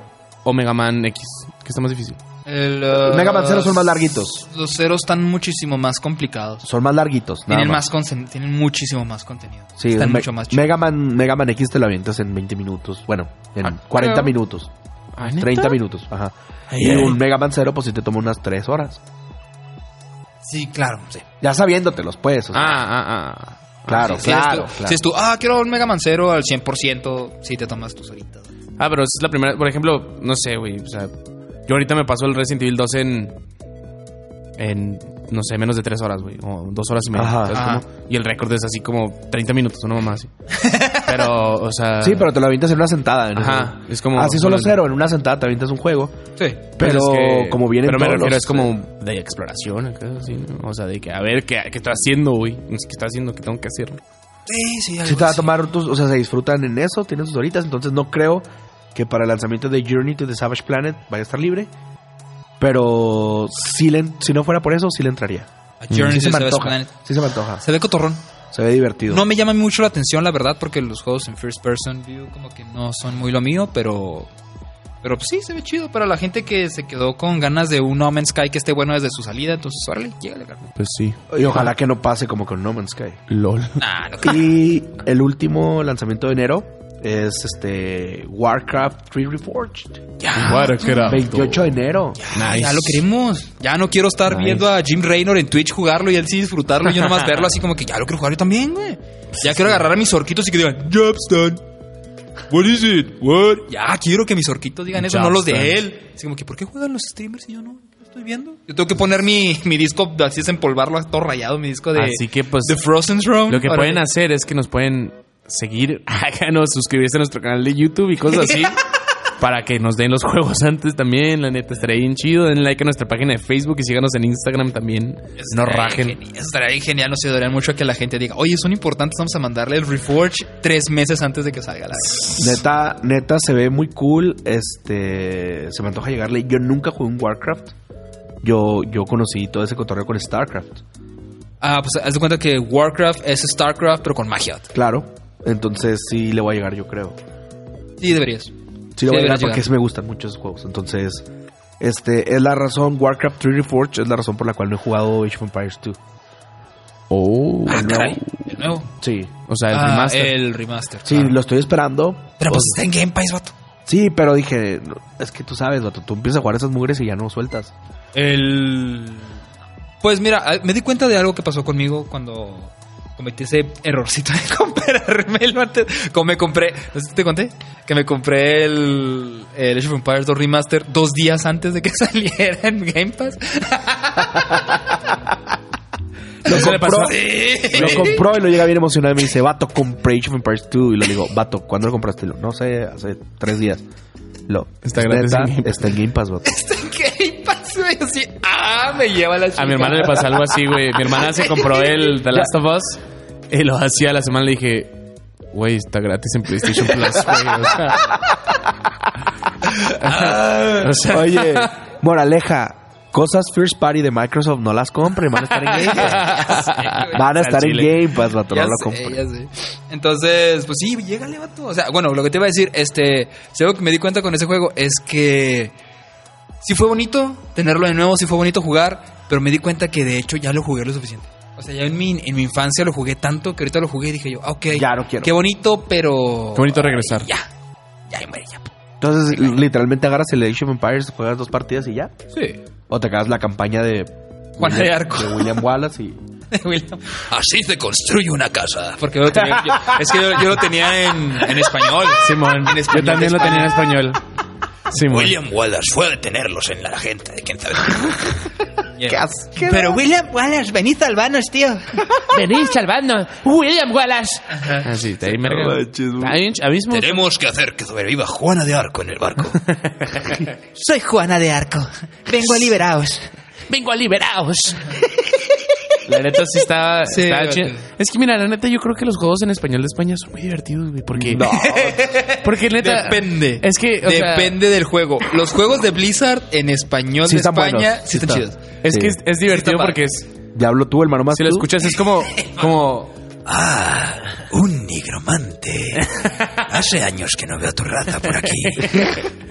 [SPEAKER 3] o Mega Man X? ¿Qué está más difícil?
[SPEAKER 2] El, uh,
[SPEAKER 1] Mega Man cero son más larguitos.
[SPEAKER 2] Los ceros están muchísimo más complicados.
[SPEAKER 1] Son más larguitos. nada
[SPEAKER 2] Tienen, más consen- tienen muchísimo más contenido.
[SPEAKER 1] Sí,
[SPEAKER 2] Están
[SPEAKER 1] me-
[SPEAKER 2] mucho más chidos.
[SPEAKER 1] Mega Man, Mega Man X te lo avientas en 20 minutos. Bueno, en
[SPEAKER 3] Ah,
[SPEAKER 1] 40
[SPEAKER 3] creo.
[SPEAKER 1] minutos.
[SPEAKER 3] Ah,
[SPEAKER 1] 30 minutos. Ajá. y un Mega Man 0, pues sí te toma unas 3 horas.
[SPEAKER 2] Sí, claro, sí.
[SPEAKER 1] Ya sabiéndotelos, pues. o sea,
[SPEAKER 3] Ah, ah, ah.
[SPEAKER 1] claro,
[SPEAKER 2] Sí, si eres
[SPEAKER 1] claro,
[SPEAKER 2] tú-
[SPEAKER 1] claro.
[SPEAKER 2] Si es tú, ah, quiero un Mega Man Zero al 100%, si te tomas tus horitas.
[SPEAKER 3] Ah, pero esa es la primera. Por ejemplo, no sé, güey. O sea, yo ahorita me pasó el Resident Evil 2 en. En. No sé, menos de tres horas, güey. O dos horas y media.
[SPEAKER 1] Ajá.
[SPEAKER 3] ¿sabes
[SPEAKER 2] Ajá.
[SPEAKER 3] cómo? Y el récord es así como 30 minutos, una mamá así. Pero, o
[SPEAKER 1] (laughs)
[SPEAKER 3] sea.
[SPEAKER 1] Sí, pero te lo avientas en una sentada. ¿no?
[SPEAKER 3] Ajá. Es como.
[SPEAKER 1] Así solo cero, en una sentada te avientas un juego.
[SPEAKER 2] Sí.
[SPEAKER 1] Pero
[SPEAKER 3] es que-
[SPEAKER 1] como vienen
[SPEAKER 3] Pero me
[SPEAKER 1] todos
[SPEAKER 3] refiero,
[SPEAKER 1] los-
[SPEAKER 3] es como de exploración, acá, así, ¿no? O sea, de que a ver qué, qué estoy haciendo, güey. No sé ¿Qué estoy haciendo? ¿Qué tengo que hacer?
[SPEAKER 2] Sí, sí, algo
[SPEAKER 1] Si te va a
[SPEAKER 2] así.
[SPEAKER 1] tomar tus, o sea, se disfrutan en eso, tienen sus horitas, entonces no creo que para el lanzamiento de Journey to the Savage Planet vaya a estar libre. Pero si, le- si no fuera por eso, sí le entraría.
[SPEAKER 2] A Journey
[SPEAKER 1] Mm, sí se me
[SPEAKER 2] to the Savage
[SPEAKER 1] antoja.
[SPEAKER 2] Planet.
[SPEAKER 1] Sí se me antoja.
[SPEAKER 2] Se ve cotorrón.
[SPEAKER 1] Se ve divertido.
[SPEAKER 2] No me llama mucho la atención, la verdad, porque los juegos en first person view como que no son muy lo mío, pero pero pues, sí, se ve chido para la gente que se quedó con ganas de un No Man's Sky que esté bueno desde su salida, entonces órale, llégale, carnal.
[SPEAKER 3] Pues sí.
[SPEAKER 1] Y ojalá que no pase como con No Man's Sky.
[SPEAKER 3] LOL.
[SPEAKER 2] Nah, no.
[SPEAKER 1] Y el último lanzamiento de enero es este Warcraft 3 Reforged.
[SPEAKER 4] Guarda, que
[SPEAKER 1] Ah,
[SPEAKER 4] era.
[SPEAKER 1] 28 de enero.
[SPEAKER 2] Ya lo queremos. Ya no quiero estar viendo a Jim Raynor en Twitch jugarlo y él sí disfrutarlo y yo
[SPEAKER 3] (laughs)
[SPEAKER 2] nomás verlo así como que ya lo quiero jugar yo también, güey.
[SPEAKER 3] Pues
[SPEAKER 2] Ya quiero agarrar a mis orquitos y que digan, Job's done. What is it? What? Ya quiero que mis orquitos digan
[SPEAKER 3] pues,
[SPEAKER 2] eso, no los de él. Así como que, ¿por qué juegan los streamers y yo no lo estoy viendo? Yo tengo que poner mi, mi disco, así es empolvarlo todo rayado, mi disco de
[SPEAKER 3] Así que, pues.
[SPEAKER 2] The Frozen Throne.
[SPEAKER 3] Lo que
[SPEAKER 2] Ahora-
[SPEAKER 3] pueden hacer es que nos pueden seguir, (laughs) acá, no, suscribirse a nuestro canal de YouTube y cosas
[SPEAKER 2] (laughs)
[SPEAKER 3] así. para que nos den los juegos antes también. La neta, estaría bien chido. Den like a nuestra página de Facebook y síganos en Instagram también.
[SPEAKER 2] Eso
[SPEAKER 3] No
[SPEAKER 2] estaría
[SPEAKER 3] rajen.
[SPEAKER 2] bien geni- Eso estaría bien genial, nos ayudarían mucho a que la gente diga, oye, son importantes, vamos a mandarle el Reforge tres meses antes de que salga la...
[SPEAKER 1] Neta, neta, se ve muy cool. Este, se me antoja llegarle. Yo nunca jugué un Warcraft. Yo, yo conocí todo ese cotorreo con StarCraft.
[SPEAKER 2] Ah, pues haz de cuenta que Warcraft es StarCraft, pero con magia.
[SPEAKER 1] Claro. Entonces sí le voy a llegar, yo creo.
[SPEAKER 2] Sí, deberías.
[SPEAKER 1] Sí, lo voy a
[SPEAKER 2] deberías
[SPEAKER 1] llegar porque
[SPEAKER 2] llegar.
[SPEAKER 1] sí me gustan mucho esos juegos. Entonces, este es la razón. Warcraft 3 Reforged es la razón por la cual no he jugado Age of Empires Ah, 2. El
[SPEAKER 3] Oh.
[SPEAKER 1] nuevo.
[SPEAKER 2] Caray, el nuevo.
[SPEAKER 1] Sí.
[SPEAKER 3] O sea, el
[SPEAKER 2] Ah,
[SPEAKER 3] remaster.
[SPEAKER 2] el remaster,
[SPEAKER 1] Sí,
[SPEAKER 2] claro.
[SPEAKER 1] lo estoy esperando.
[SPEAKER 2] Pero pues está en Game Pass, vato.
[SPEAKER 1] Sí, pero dije, no, es que tú sabes, vato, tú empiezas a jugar esas mugres y ya no sueltas.
[SPEAKER 2] El. Pues mira, ah, me di cuenta de algo que pasó conmigo cuando cometí ese errorcito de (laughs) comprarme el antes. Como me compré. ¿no sé si ¿Te conté? Que me compré el, el Age of Empires 2 Remaster dos días antes de que (laughs) saliera en Game Pass.
[SPEAKER 1] Lo
[SPEAKER 3] Eso le
[SPEAKER 1] compró,
[SPEAKER 3] pasó.
[SPEAKER 1] lo compró y lo llega bien emocionado y me dice, vato, compré Age of Empires 2. Y le digo, vato, ¿cuándo lo compraste? Y lo, no sé, hace tres días. Lo,
[SPEAKER 3] Está
[SPEAKER 1] "Es
[SPEAKER 3] gratis
[SPEAKER 1] neta,
[SPEAKER 3] en Game Pass".
[SPEAKER 1] está en Game Pass, vato.
[SPEAKER 2] Está (laughs) en Game Pass, güey. Así, ah, me lleva la chica.
[SPEAKER 3] A mi hermana le pasó algo así, güey. Mi hermana se compró el The Last of Us y lo hacía la semana. Le dije, güey, está gratis en PlayStation Plus, güey. O sea, o sea,
[SPEAKER 1] Oye, moraleja. Cosas First Party de Microsoft no las compren, van a estar en Game Pass. Van a estar en
[SPEAKER 3] Chile.
[SPEAKER 1] Game Pass, vato, no
[SPEAKER 2] (laughs) Ya
[SPEAKER 1] lo
[SPEAKER 2] sé,
[SPEAKER 1] compren.
[SPEAKER 2] ya sé. Entonces, pues sí, llégale, vato. O sea, bueno, lo que te iba a decir, este, si algo que me di cuenta con ese juego es que sí fue bonito tenerlo de nuevo, sí fue bonito jugar, pero me di cuenta que de hecho ya lo jugué lo suficiente. O sea, ya en mi, en mi infancia lo jugué tanto que ahorita lo jugué y dije yo, ah, ok,
[SPEAKER 1] Ya no quiero.
[SPEAKER 2] qué bonito, pero... (laughs)
[SPEAKER 3] qué bonito regresar.
[SPEAKER 2] Ya, ya, ya, ya.
[SPEAKER 1] Entonces, literalmente agarras el Age of Empires, juegas dos partidas y ya.
[SPEAKER 2] Sí.
[SPEAKER 1] O te acabas la campaña de
[SPEAKER 2] Juan de
[SPEAKER 1] William-
[SPEAKER 2] Arco.
[SPEAKER 1] de William Wallace y
[SPEAKER 2] William. Así se construye una casa. Porque yo lo tenía, yo- es que yo, yo lo tenía en, en español.
[SPEAKER 3] Simón,
[SPEAKER 2] En
[SPEAKER 3] yo
[SPEAKER 2] español
[SPEAKER 3] también
[SPEAKER 2] de
[SPEAKER 3] lo tenía en
[SPEAKER 2] España.
[SPEAKER 3] español. Simón.
[SPEAKER 2] Wallace fue a detenerlos en la gente de quién sabe.
[SPEAKER 5] (laughs)
[SPEAKER 1] ¿Qué haces?
[SPEAKER 2] Pero William Wallace, venid salvanos, tío.
[SPEAKER 3] Venid salvando. William Wallace. Ah, sí, está ahí, merga.
[SPEAKER 1] manches, güey.
[SPEAKER 3] Está ahí, abismo.
[SPEAKER 2] Tenemos que hacer que sobreviva Juana de Arco en el
[SPEAKER 5] (laughs)
[SPEAKER 2] barco. Soy Juana de Arco. Vengo a liberaos.
[SPEAKER 3] Vengo a liberaos. (laughs) La neta sí está,
[SPEAKER 2] Sí,
[SPEAKER 3] está
[SPEAKER 2] güey.
[SPEAKER 3] chido. Es que mira, la neta yo creo que los juegos en español de España son muy divertidos, güey. Porque,
[SPEAKER 1] No,
[SPEAKER 3] (laughs) porque neta...
[SPEAKER 2] Depende.
[SPEAKER 3] Es que, o sea,
[SPEAKER 2] Depende del juego. Los juegos de Blizzard en español
[SPEAKER 1] Sí
[SPEAKER 2] de
[SPEAKER 1] están
[SPEAKER 2] España
[SPEAKER 1] buenos, sí
[SPEAKER 2] sí están
[SPEAKER 1] están.
[SPEAKER 2] chidos.
[SPEAKER 3] Es
[SPEAKER 1] Sí.
[SPEAKER 3] que es, es divertido
[SPEAKER 2] está
[SPEAKER 3] porque es...
[SPEAKER 1] Diablo tú, el mano más
[SPEAKER 3] Si lo
[SPEAKER 1] tú.
[SPEAKER 3] escuchas es
[SPEAKER 1] (laughs)
[SPEAKER 3] como... como
[SPEAKER 2] Ah, un nigromante. Hace años que no veo tu raza por aquí.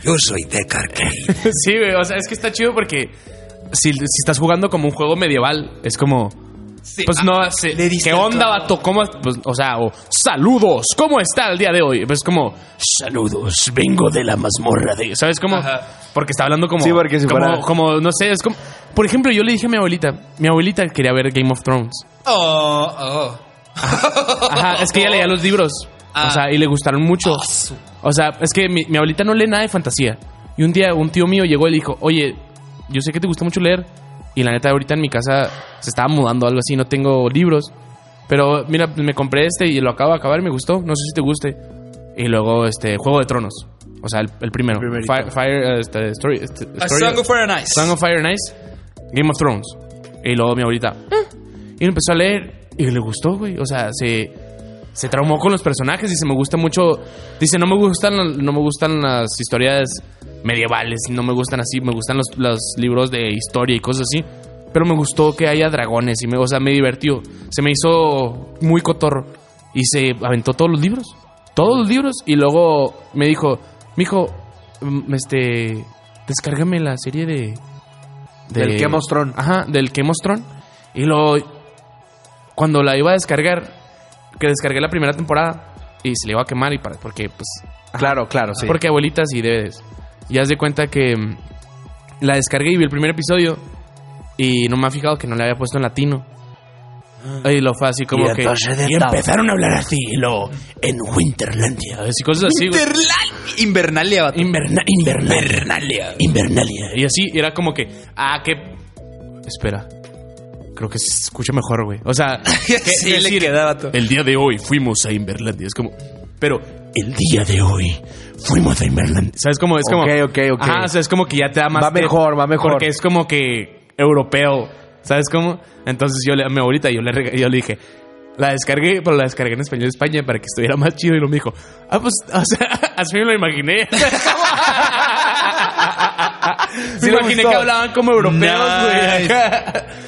[SPEAKER 2] Yo soy Deckard
[SPEAKER 3] sí, güey. O sea, es que está chido porque... Si, si estás jugando como un juego medieval, es como... Pues no, sí,
[SPEAKER 2] le diste
[SPEAKER 3] ¿qué
[SPEAKER 2] al
[SPEAKER 3] onda,
[SPEAKER 2] clavo.
[SPEAKER 3] vato? ¿Cómo? Pues, o sea, o, saludos, ¿cómo está el día de hoy? Pues como, saludos, vengo de la mazmorra de... ¿Sabes cómo?
[SPEAKER 2] Ajá.
[SPEAKER 3] Porque está hablando como...
[SPEAKER 1] Sí, porque si
[SPEAKER 3] como,
[SPEAKER 1] fuera-
[SPEAKER 3] como, no sé, es como... Por ejemplo, yo le dije a mi abuelita, mi abuelita quería ver Game of Thrones.
[SPEAKER 2] Ah, Oh, oh.
[SPEAKER 3] Ajá, es que ella leía los libros.
[SPEAKER 2] Ah.
[SPEAKER 3] O sea, y le gustaron mucho.
[SPEAKER 2] Ah, su-
[SPEAKER 3] O sea, es que mi, mi abuelita no lee nada de fantasía. Y un día un tío mío llegó y le dijo, oye, yo sé que te gusta mucho leer. Y la neta, ahorita en mi casa se estaba mudando algo así, no tengo libros. Pero mira, pues, me compré este y lo acabo de acabar y me gustó. No sé si te guste. Y luego, este, Juego de Tronos. O sea, el, el primero.
[SPEAKER 1] El primerito.
[SPEAKER 3] Fire, Fire, eh, este, Story- este,
[SPEAKER 2] A
[SPEAKER 3] Story-
[SPEAKER 2] Song of Fire and Ice.
[SPEAKER 3] Song of Fire and Ice, Game of Thrones. Y luego mi abuelita. "Ah". Y lo empezó a leer y le gustó, güey. O sea, se, se traumó con los personajes y se me gusta mucho. Dice, no me gustan, no me gustan las historias medievales, no me gustan así, me gustan los, los libros de historia y cosas así. Pero me gustó que haya dragones y me, o sea, me divirtió. Se me hizo muy cotorro. Y se aventó todos los libros. Todos los libros. Y luego me dijo, mijo, mm, este, descárgame la serie de...
[SPEAKER 1] Del Game of Thrones.
[SPEAKER 3] Ajá, del que mostrón. Y luego, cuando la iba a descargar, que descargué la primera temporada y se le iba a quemar y para, porque pues...
[SPEAKER 1] Claro, claro, sí.
[SPEAKER 3] Porque abuelitas y debes. Y haz de cuenta que mm, la descargué y vi el primer episodio y no me ha fijado que no le había puesto en latino. Y lo fue así como que...
[SPEAKER 5] Y empezaron a hablar así, y luego, en Winterlandia,
[SPEAKER 3] Así, cosas así, güey.
[SPEAKER 2] Interla- Invernalia, vato.
[SPEAKER 5] Inverna Invernalia, Invernalia.
[SPEAKER 3] Y así, y era como que, ah, que. Espera. Creo que se escucha mejor, güey. O sea,
[SPEAKER 2] (laughs)
[SPEAKER 3] que
[SPEAKER 2] Sí, le
[SPEAKER 3] decir, Eh,
[SPEAKER 2] queda, vato.
[SPEAKER 3] el día de hoy fuimos a Inverlandia. Es como, pero,
[SPEAKER 5] El día de hoy fuimos a Inverlandia.
[SPEAKER 3] ¿sabes cómo? Es como.
[SPEAKER 1] Ok, ok, ok.
[SPEAKER 3] Ajá, o sea, es como que ya te da más.
[SPEAKER 1] Va
[SPEAKER 3] te-
[SPEAKER 1] mejor, va mejor.
[SPEAKER 3] Porque es como que europeo. ¿Sabes cómo? Entonces yo le, a mi abuelita, yo le, rega- yo le dije. La descargué, pero la descargué en español de España (laughs) para que estuviera más chido. Y lo me dijo, ah, pues, o sea, así me lo imaginé. Me
[SPEAKER 1] le
[SPEAKER 3] imaginé
[SPEAKER 1] gustó.
[SPEAKER 3] que hablaban como europeos, güey.
[SPEAKER 2] Nice.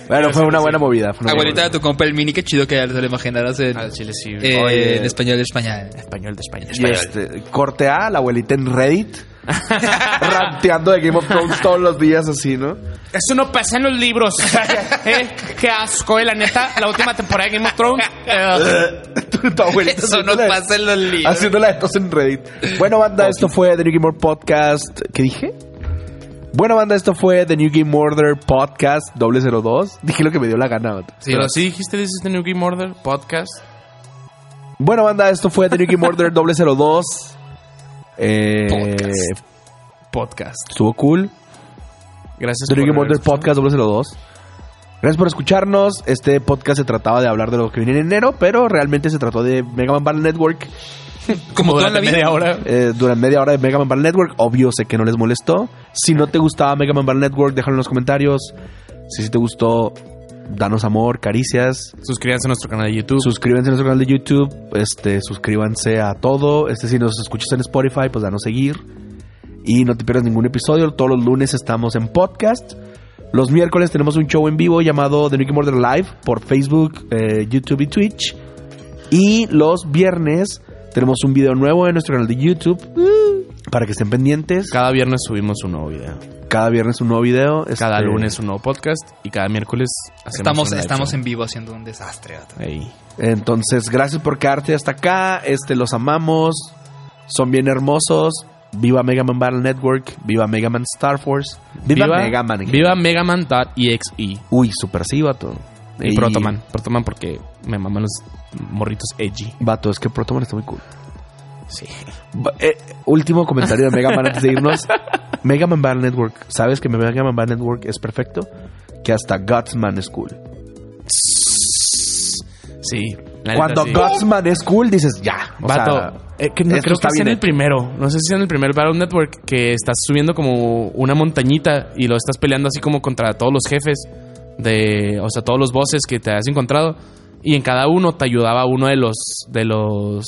[SPEAKER 1] Bueno, fue una buena movida. fue una buena
[SPEAKER 2] Abuelita de tu compa el mini, qué chido que ya te lo imaginaras en,
[SPEAKER 3] Al Ah, chile sí, güey.
[SPEAKER 2] eh,
[SPEAKER 1] Oye.
[SPEAKER 2] en español de España.
[SPEAKER 3] Español de España.
[SPEAKER 1] Y este, corte A, la abuelita en (laughs) Reddit. ranteando de Game of Thrones todos los días así, ¿no?
[SPEAKER 3] Eso no pasa en los libros. (laughs) ¿Eh? Qué asco, eh, la neta. La última temporada de Game of
[SPEAKER 2] (laughs)
[SPEAKER 3] Thrones. eh,
[SPEAKER 1] (laughs) tu, tu abuelita
[SPEAKER 2] Eso no
[SPEAKER 1] haciéndole-
[SPEAKER 2] pasa en los libros.
[SPEAKER 1] Haciéndola de tos en Reddit. Bueno, banda, esto fue The New Game Order Podcast. ¿Qué dije? Bueno, banda, esto fue The New Game Order Podcast 002. Dije lo que me dio la gana. vato.
[SPEAKER 2] Sí,
[SPEAKER 3] Pero
[SPEAKER 2] lo-
[SPEAKER 3] sí dijiste, this is the New Game Order podcast.
[SPEAKER 1] Bueno, banda, esto fue The New Game Order (laughs) 002. Eh,
[SPEAKER 2] Podcast.
[SPEAKER 3] Podcast.
[SPEAKER 1] Estuvo cool.
[SPEAKER 3] Gracias
[SPEAKER 1] The New Game
[SPEAKER 3] haber
[SPEAKER 1] Order
[SPEAKER 3] escuchado.
[SPEAKER 1] Podcast 002. Gracias por escucharnos. Este podcast se trataba de hablar de lo que viene en enero, pero realmente se trató de Mega Man Battle Network.
[SPEAKER 2] Como toda la vida.
[SPEAKER 3] ahora.
[SPEAKER 1] Eh, durante media hora de Mega Man Battle Network. Obvio, sé que no les molestó. Si no te gustaba Mega Man Battle Network, déjalo en los comentarios. Si sí te gustó, danos amor, caricias.
[SPEAKER 3] Suscríbanse a nuestro canal de YouTube.
[SPEAKER 1] Suscríbanse a nuestro canal de YouTube. Este, suscríbanse a todo. Este, si nos escuchas en Spotify, pues danos seguir. Y no te pierdas ningún episodio. Todos los lunes estamos en podcast. Los miércoles tenemos un show en vivo llamado The Nicky Murder Live por Facebook, eh, YouTube y Twitch. Y los viernes tenemos un video nuevo en nuestro canal de YouTube eh, para que estén pendientes. Cada,
[SPEAKER 3] Cada viernes subimos un nuevo video.
[SPEAKER 1] viernes un nuevo video.
[SPEAKER 3] Cada
[SPEAKER 1] Este,
[SPEAKER 3] lunes un nuevo podcast. Y cada miércoles hacemos
[SPEAKER 2] Estamos,
[SPEAKER 3] un live
[SPEAKER 2] estamos
[SPEAKER 3] show.
[SPEAKER 2] en vivo haciendo un desastre. vato.
[SPEAKER 3] Ahí.
[SPEAKER 1] Entonces, gracias por quedarte hasta acá. Este, los amamos. Son bien hermosos. Viva Mega Man Battle Network. Viva Mega Man Star Force. Viva, Mega Man.
[SPEAKER 3] Viva Megaman.exe.
[SPEAKER 1] Uy, super sí, vato.
[SPEAKER 3] Y, Protoman. Protoman porque me maman los morritos edgy.
[SPEAKER 1] Vato, es que Protoman está muy cool. Va- eh, último comentario de Mega Man antes de
[SPEAKER 3] (laughs)
[SPEAKER 1] irnos. Mega Man Battle Network. ¿Sabes que Mega Man Battle Network es perfecto? Que hasta Gutsman es cool.
[SPEAKER 3] Sí. la neta
[SPEAKER 1] Cuando
[SPEAKER 3] sí.
[SPEAKER 1] Gutsman es cool, dices ya. O
[SPEAKER 3] Vato,
[SPEAKER 1] sea,
[SPEAKER 3] eh, que no,
[SPEAKER 1] esto
[SPEAKER 3] creo
[SPEAKER 1] está
[SPEAKER 3] que es
[SPEAKER 1] bien
[SPEAKER 3] en el
[SPEAKER 1] hecho.
[SPEAKER 3] primero. No sé si es en el primer Battle Network que estás subiendo como una montañita y lo estás peleando así como contra todos los jefes de, o sea, todos los bosses que te has encontrado y en cada uno te ayudaba uno de los de los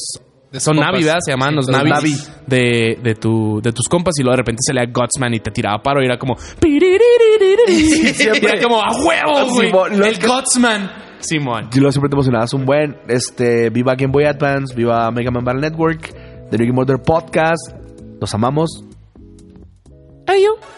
[SPEAKER 2] De sus
[SPEAKER 3] son
[SPEAKER 2] compas.
[SPEAKER 3] Navi, ¿verdad? Se llamaban
[SPEAKER 2] Sí,
[SPEAKER 3] los
[SPEAKER 2] los
[SPEAKER 3] Navis
[SPEAKER 1] Navi.
[SPEAKER 3] De, de, tu, de tus compas y luego de repente salía Godsman y te tiraba paro y era como... "Piririririri". Y
[SPEAKER 1] siempre.
[SPEAKER 3] era como, ¡a huevo, güey!
[SPEAKER 1] Simón, lo-
[SPEAKER 3] ¡El Godsman! Simón.
[SPEAKER 1] Yo lo siempre te emocionabas un buen. Este, viva Game Boy Advance, viva Mega Man Battle Network, The New Game Order Podcast. Los amamos.
[SPEAKER 3] Adiós.